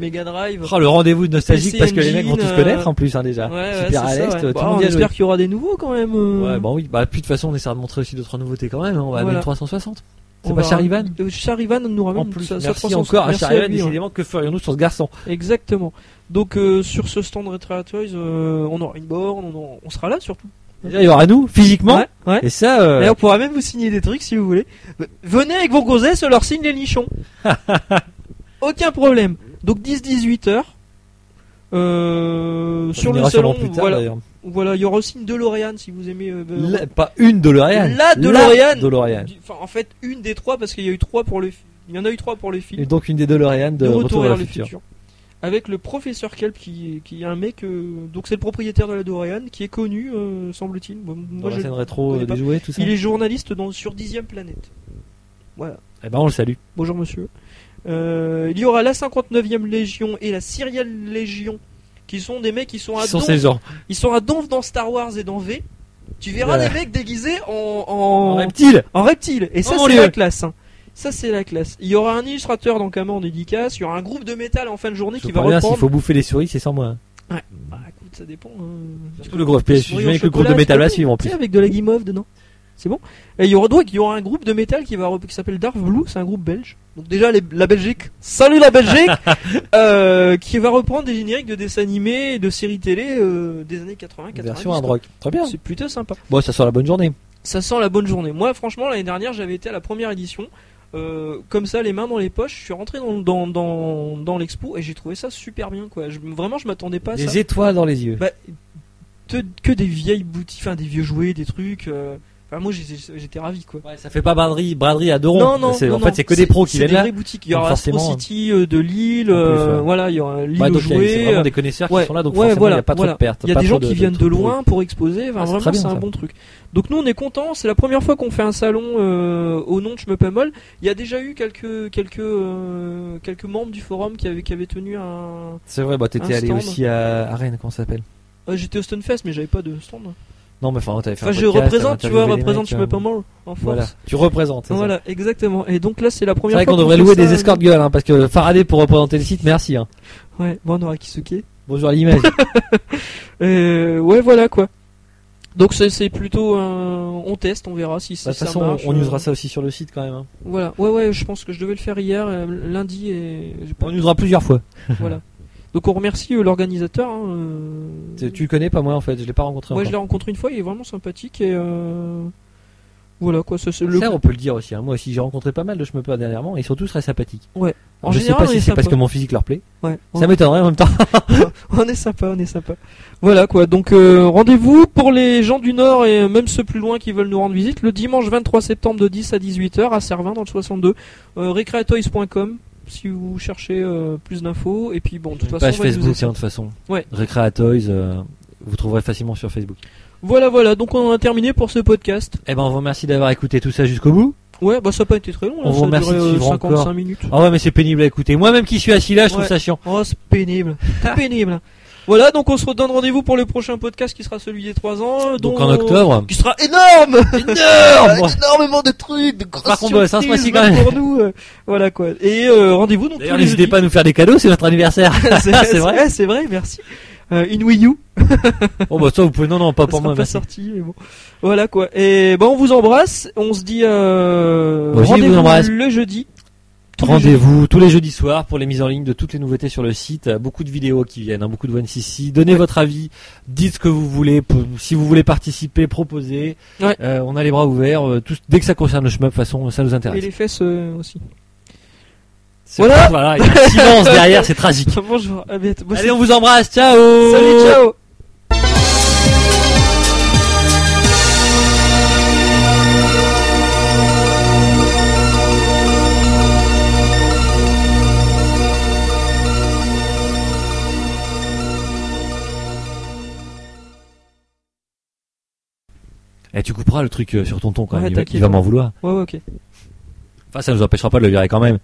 [SPEAKER 2] Mega Drive.
[SPEAKER 1] Oh, le rendez-vous de nostalgique
[SPEAKER 2] PC
[SPEAKER 1] parce que les mecs vont
[SPEAKER 2] Engine,
[SPEAKER 1] tous connaître en plus, hein, déjà.
[SPEAKER 2] Ouais, ouais,
[SPEAKER 1] oh, Super
[SPEAKER 2] c'est
[SPEAKER 1] à
[SPEAKER 2] ça,
[SPEAKER 1] l'Est,
[SPEAKER 2] ouais.
[SPEAKER 1] tout
[SPEAKER 2] Bah,
[SPEAKER 1] le monde
[SPEAKER 2] on
[SPEAKER 1] y a joué.
[SPEAKER 2] espère qu'il y aura des nouveaux quand même. euh.
[SPEAKER 1] Ouais, bah oui, bah puis de toute façon, on essaiera de montrer aussi d'autres nouveautés quand même, hein. on va
[SPEAKER 2] Voilà.
[SPEAKER 1] à 1360.
[SPEAKER 2] On
[SPEAKER 1] C'est pas
[SPEAKER 2] va-
[SPEAKER 1] Charivan
[SPEAKER 2] Euh, Charivan nous ramène
[SPEAKER 1] En plus,
[SPEAKER 2] sa- sa
[SPEAKER 1] merci
[SPEAKER 2] 360.
[SPEAKER 1] encore à
[SPEAKER 2] Merci
[SPEAKER 1] Charivan,
[SPEAKER 2] lui, hein. ouais.
[SPEAKER 1] décidément, que ferions-nous sur ce garçon
[SPEAKER 2] Exactement. Donc euh, sur ce stand Retro Toys, euh, on aura une borne, on, aura- on sera là surtout.
[SPEAKER 1] Déjà, il y aura nous, physiquement,
[SPEAKER 2] ouais. ouais.
[SPEAKER 1] et ça, euh,
[SPEAKER 2] Et on pourra même vous signer des trucs si vous voulez. Venez avec vos gonzesses, on leur signe
[SPEAKER 1] *laughs*
[SPEAKER 2] les nichons. Aucun problème. Donc 10-18h. Euh,
[SPEAKER 1] on
[SPEAKER 2] sur le
[SPEAKER 1] ira sûrement
[SPEAKER 2] salon,
[SPEAKER 1] plus tard,
[SPEAKER 2] voilà,
[SPEAKER 1] d'ailleurs.
[SPEAKER 2] voilà, il y aura aussi une DeLorean si vous aimez. euh,
[SPEAKER 1] La- pas une DeLorean.
[SPEAKER 2] La DeLorean.
[SPEAKER 1] DeLorean.
[SPEAKER 2] Du- enfin, en fait, une des trois, parce qu'il y a eu trois pour le. fi- Il y en a eu trois pour le film.
[SPEAKER 1] Et donc une des DeLorean de,
[SPEAKER 2] de
[SPEAKER 1] Retour,
[SPEAKER 2] retour
[SPEAKER 1] vers
[SPEAKER 2] vers
[SPEAKER 1] le
[SPEAKER 2] le
[SPEAKER 1] futur.
[SPEAKER 2] futur. Avec le professeur Kelp, qui, qui est un mec. euh, donc, c'est le propriétaire de la DeLorean, qui est connu, euh, semble-t-il. Moi,
[SPEAKER 1] Dans
[SPEAKER 2] moi,
[SPEAKER 1] la
[SPEAKER 2] je-
[SPEAKER 1] scène rétro
[SPEAKER 2] connais
[SPEAKER 1] euh,
[SPEAKER 2] pas.
[SPEAKER 1] déjouée, tout ça.
[SPEAKER 2] il est journaliste dans, sur Dixième Planète. Voilà.
[SPEAKER 1] Eh ben, on le salue.
[SPEAKER 2] Bonjour, monsieur. Euh, il y aura la 59e Légion et la Syrielle Légion qui sont des mecs qui sont à
[SPEAKER 1] Qui sont
[SPEAKER 2] donf-
[SPEAKER 1] ces gens
[SPEAKER 2] ils sont à donf dans Star Wars et dans V. Tu verras
[SPEAKER 1] Voilà.
[SPEAKER 2] des mecs déguisés en en,
[SPEAKER 1] Reptile
[SPEAKER 2] en reptile. Et ça
[SPEAKER 1] Oh mon
[SPEAKER 2] c'est
[SPEAKER 1] Dieu.
[SPEAKER 2] la classe. hein. Ça c'est la classe. Il y aura un illustrateur dans Kama en dédicace. Il y aura un groupe de métal en fin de journée
[SPEAKER 1] Je
[SPEAKER 2] qui va
[SPEAKER 1] parle bien,
[SPEAKER 2] reprendre.
[SPEAKER 1] s'il faut bouffer les souris, c'est sans moi. hein.
[SPEAKER 2] Bah écoute, ça dépend. hein.
[SPEAKER 1] Surtout le gros PS, je
[SPEAKER 2] Souris
[SPEAKER 1] viens
[SPEAKER 2] au
[SPEAKER 1] avec le cours de
[SPEAKER 2] chocolat,
[SPEAKER 1] métal va
[SPEAKER 2] c'est
[SPEAKER 1] suivre en
[SPEAKER 2] Tu
[SPEAKER 1] plus.
[SPEAKER 2] sais, avec de la guimauve dedans. C'est bon. Et il y aura donc il y aura un groupe de métal qui va rep- qui s'appelle Dark Blue, c'est un groupe belge. Donc déjà les- la Belgique. Salut
[SPEAKER 1] *laughs*
[SPEAKER 2] la Belgique Euh, qui va reprendre des génériques de dessins animés et de séries télé euh, des années 80 90.
[SPEAKER 1] Version hard rock. Très bien.
[SPEAKER 2] C'est plutôt sympa.
[SPEAKER 1] Bon, ça sort la bonne journée.
[SPEAKER 2] Ça sent la bonne journée. Moi franchement l'année dernière, j'avais été à la première édition euh, comme ça les mains dans les poches, je suis rentré dans dans dans, dans l'expo et j'ai trouvé ça super bien quoi. Je- vraiment je m'attendais pas à ça.
[SPEAKER 1] Des étoiles dans les yeux.
[SPEAKER 2] Bah, te- que des vieilles boutiques, enfin des vieux jouets, des trucs. euh, Enfin, moi j'étais j'étais ravi quoi.
[SPEAKER 1] Ouais, ça fait pas braderie, braderie à deux ronds. C'est- En
[SPEAKER 2] non,
[SPEAKER 1] fait,
[SPEAKER 2] non,
[SPEAKER 1] c'est que des pros qui
[SPEAKER 2] c'est
[SPEAKER 1] viennent
[SPEAKER 2] des
[SPEAKER 1] là.
[SPEAKER 2] vraies boutiques. Il y
[SPEAKER 1] Donc,
[SPEAKER 2] aura Astro
[SPEAKER 1] forcément, hein.
[SPEAKER 2] City euh, de Lille,
[SPEAKER 1] En plus,
[SPEAKER 2] euh,
[SPEAKER 1] ouais.
[SPEAKER 2] voilà, il y aura Lille
[SPEAKER 1] Ouais,
[SPEAKER 2] aux
[SPEAKER 1] donc, il y a- c'est
[SPEAKER 2] jouets.
[SPEAKER 1] vraiment
[SPEAKER 2] euh,
[SPEAKER 1] des connaisseurs
[SPEAKER 2] ouais,
[SPEAKER 1] qui sont là, donc
[SPEAKER 2] ouais,
[SPEAKER 1] forcément, il
[SPEAKER 2] voilà,
[SPEAKER 1] n'y a pas trop
[SPEAKER 2] voilà.
[SPEAKER 1] de pertes.
[SPEAKER 2] Il y a
[SPEAKER 1] pas
[SPEAKER 2] des
[SPEAKER 1] trop
[SPEAKER 2] gens qui viennent de
[SPEAKER 1] trucs
[SPEAKER 2] loin pour exposer. Enfin,
[SPEAKER 1] Ah, c'est très
[SPEAKER 2] vraiment,
[SPEAKER 1] bien,
[SPEAKER 2] c'est un
[SPEAKER 1] ça.
[SPEAKER 2] bon truc. Donc nous, on est contents. C'est la première fois qu'on fait un salon euh, au nom de Je me pas molle. Il y a déjà eu quelques quelques euh, quelques membres du forum qui avaient qui avaient tenu un.
[SPEAKER 1] C'est vrai, bah, t'étais
[SPEAKER 2] Un
[SPEAKER 1] allé
[SPEAKER 2] stand.
[SPEAKER 1] aussi à, à Rennes, comment ça s'appelle
[SPEAKER 2] Ah, J'étais au Stunfest, mais j'avais pas de stand.
[SPEAKER 1] Non, mais enfin, t'avais fait un
[SPEAKER 2] Enfin, je
[SPEAKER 1] podcast,
[SPEAKER 2] représente,
[SPEAKER 1] t'avais
[SPEAKER 2] tu vois,
[SPEAKER 1] interviewé des
[SPEAKER 2] représente,
[SPEAKER 1] mecs,
[SPEAKER 2] je
[SPEAKER 1] euh,
[SPEAKER 2] me pas mal en force.
[SPEAKER 1] Voilà, tu représentes. c'est ça.
[SPEAKER 2] Voilà, exactement. Et donc là, c'est la
[SPEAKER 1] C'est
[SPEAKER 2] première
[SPEAKER 1] vrai
[SPEAKER 2] fois
[SPEAKER 1] qu'on devrait louer
[SPEAKER 2] fait
[SPEAKER 1] des
[SPEAKER 2] ça.
[SPEAKER 1] escortes gueules, hein, parce que Faraday pour représenter le site, merci. Hein.
[SPEAKER 2] euh, Ouais, bon, on aura Kisuke.
[SPEAKER 1] Bonjour à l'image.
[SPEAKER 2] Euh, ouais, voilà quoi. Donc c'est- c'est plutôt un. On teste, on verra si
[SPEAKER 1] Bah,
[SPEAKER 2] ça
[SPEAKER 1] De toute façon,
[SPEAKER 2] marche,
[SPEAKER 1] on
[SPEAKER 2] euh,
[SPEAKER 1] usera ça aussi sur le site quand même. hein.
[SPEAKER 2] Voilà, ouais, ouais, je pense que je devais le faire hier, euh, lundi, et. j'ai pas-
[SPEAKER 1] On usera plusieurs fois.
[SPEAKER 2] voilà. Donc on remercie euh, l'organisateur. hein, euh,
[SPEAKER 1] Tu tu le connais pas moi en fait, je l'ai pas rencontré.
[SPEAKER 2] Moi, je
[SPEAKER 1] encore.
[SPEAKER 2] l'ai rencontré une fois, il est vraiment sympathique et. euh, Voilà quoi, ça, c'est le.
[SPEAKER 1] Ça, on peut le dire aussi. hein. Moi aussi, j'ai rencontré pas mal de chemeupas dernièrement. Ils sont tous très sympathiques.
[SPEAKER 2] Ouais.
[SPEAKER 1] Alors,
[SPEAKER 2] En
[SPEAKER 1] je
[SPEAKER 2] général,
[SPEAKER 1] sais pas
[SPEAKER 2] on est
[SPEAKER 1] si c'est parce
[SPEAKER 2] sympa.
[SPEAKER 1] que mon physique leur plaît.
[SPEAKER 2] Ouais,
[SPEAKER 1] Ça m'étonnerait en même temps.
[SPEAKER 2] *laughs* On est sympa, on est sympa. Voilà quoi. Donc euh, rendez-vous pour les gens du Nord et euh, même ceux plus loin qui veulent nous rendre visite le dimanche 23 septembre de 10 à 18h à Servin dans le 62. Euh, recreatoys.com si vous cherchez euh, plus d'infos et puis bon de toute façon
[SPEAKER 1] Page
[SPEAKER 2] on va
[SPEAKER 1] Facebook,
[SPEAKER 2] vous-
[SPEAKER 1] hein, de toute façon.
[SPEAKER 2] Ouais.
[SPEAKER 1] Recreatoys, euh, vous trouverez facilement sur Facebook.
[SPEAKER 2] Voilà voilà, donc on en a terminé pour ce podcast.
[SPEAKER 1] Eh ben, on vous remercie d'avoir écouté tout ça jusqu'au bout.
[SPEAKER 2] Ouais, bah ça n'a pas été très long, là.
[SPEAKER 1] On vous
[SPEAKER 2] ça a
[SPEAKER 1] remercie
[SPEAKER 2] duré,
[SPEAKER 1] de
[SPEAKER 2] euh,
[SPEAKER 1] suivre
[SPEAKER 2] 55
[SPEAKER 1] encore.
[SPEAKER 2] minutes.
[SPEAKER 1] Ah ouais, mais c'est pénible à écouter. Moi-même qui suis assis là, je trouve
[SPEAKER 2] Ouais.
[SPEAKER 1] ça chiant.
[SPEAKER 2] Oh, c'est
[SPEAKER 1] *laughs*
[SPEAKER 2] pénible, C'est pénible. Voilà, donc on se redonne rendez-vous pour le prochain podcast qui sera celui des 3 ans
[SPEAKER 1] Donc,
[SPEAKER 2] dont-
[SPEAKER 1] en
[SPEAKER 2] *laughs*
[SPEAKER 1] octobre.
[SPEAKER 2] qui sera énorme
[SPEAKER 1] Énorme
[SPEAKER 2] Avec énormément de trucs, de grosses
[SPEAKER 1] Par contre, ouais, ça, ce mois-ci,
[SPEAKER 2] surprises,
[SPEAKER 1] quand même.
[SPEAKER 2] même pour nous. euh, voilà quoi. Et euh, rendez-vous donc tous
[SPEAKER 1] D'ailleurs,
[SPEAKER 2] les
[SPEAKER 1] n'hésitez
[SPEAKER 2] jeudis.
[SPEAKER 1] pas à nous faire des cadeaux, c'est notre anniversaire. *laughs*
[SPEAKER 2] *laughs* c'est
[SPEAKER 1] c'est vrai.
[SPEAKER 2] ouais, c'est vrai, merci. Euh, une Wii U,
[SPEAKER 1] oh bah ça, vous pouvez. Non, non, pas
[SPEAKER 2] ça
[SPEAKER 1] pour
[SPEAKER 2] sera
[SPEAKER 1] moi.
[SPEAKER 2] pas
[SPEAKER 1] merci.
[SPEAKER 2] sorti, mais bon. Voilà quoi. Et ben on vous embrasse, on se dit euh,
[SPEAKER 1] Moi aussi, je vous
[SPEAKER 2] rendez-vous
[SPEAKER 1] embrasse.
[SPEAKER 2] le jeudi. Tous les jeudis.
[SPEAKER 1] Rendez-vous tous les jeudis soirs pour les mises en ligne de toutes les nouveautés sur le site. Euh, Beaucoup de vidéos qui viennent, hein, beaucoup de 1cc. Donnez votre avis, dites ce que vous voulez. p- Si vous voulez participer, proposez.
[SPEAKER 2] Ouais.
[SPEAKER 1] Euh, on a les bras ouverts. euh, tous- dès que ça concerne le chemin, de toute façon, ça nous
[SPEAKER 2] Et
[SPEAKER 1] intéresse.
[SPEAKER 2] les fesses
[SPEAKER 1] *laughs*
[SPEAKER 2] euh, aussi.
[SPEAKER 1] C'est-
[SPEAKER 2] Voilà.
[SPEAKER 1] voilà il y
[SPEAKER 2] *laughs*
[SPEAKER 1] a un silence derrière, c'est tragique.
[SPEAKER 2] Bonjour, à bientôt. Bon,
[SPEAKER 1] Allez, on vous embrasse. Ciao.
[SPEAKER 2] Salut, ciao.
[SPEAKER 1] Et Eh, tu couperas le truc euh, sur tonton quand
[SPEAKER 2] Ouais,
[SPEAKER 1] même. il va-
[SPEAKER 2] t'inquiète,
[SPEAKER 1] Il va m'en
[SPEAKER 2] ouais.
[SPEAKER 1] vouloir.
[SPEAKER 2] Ouais, ouais, ok.
[SPEAKER 1] Enfin, ça nous empêchera pas de le virer quand même.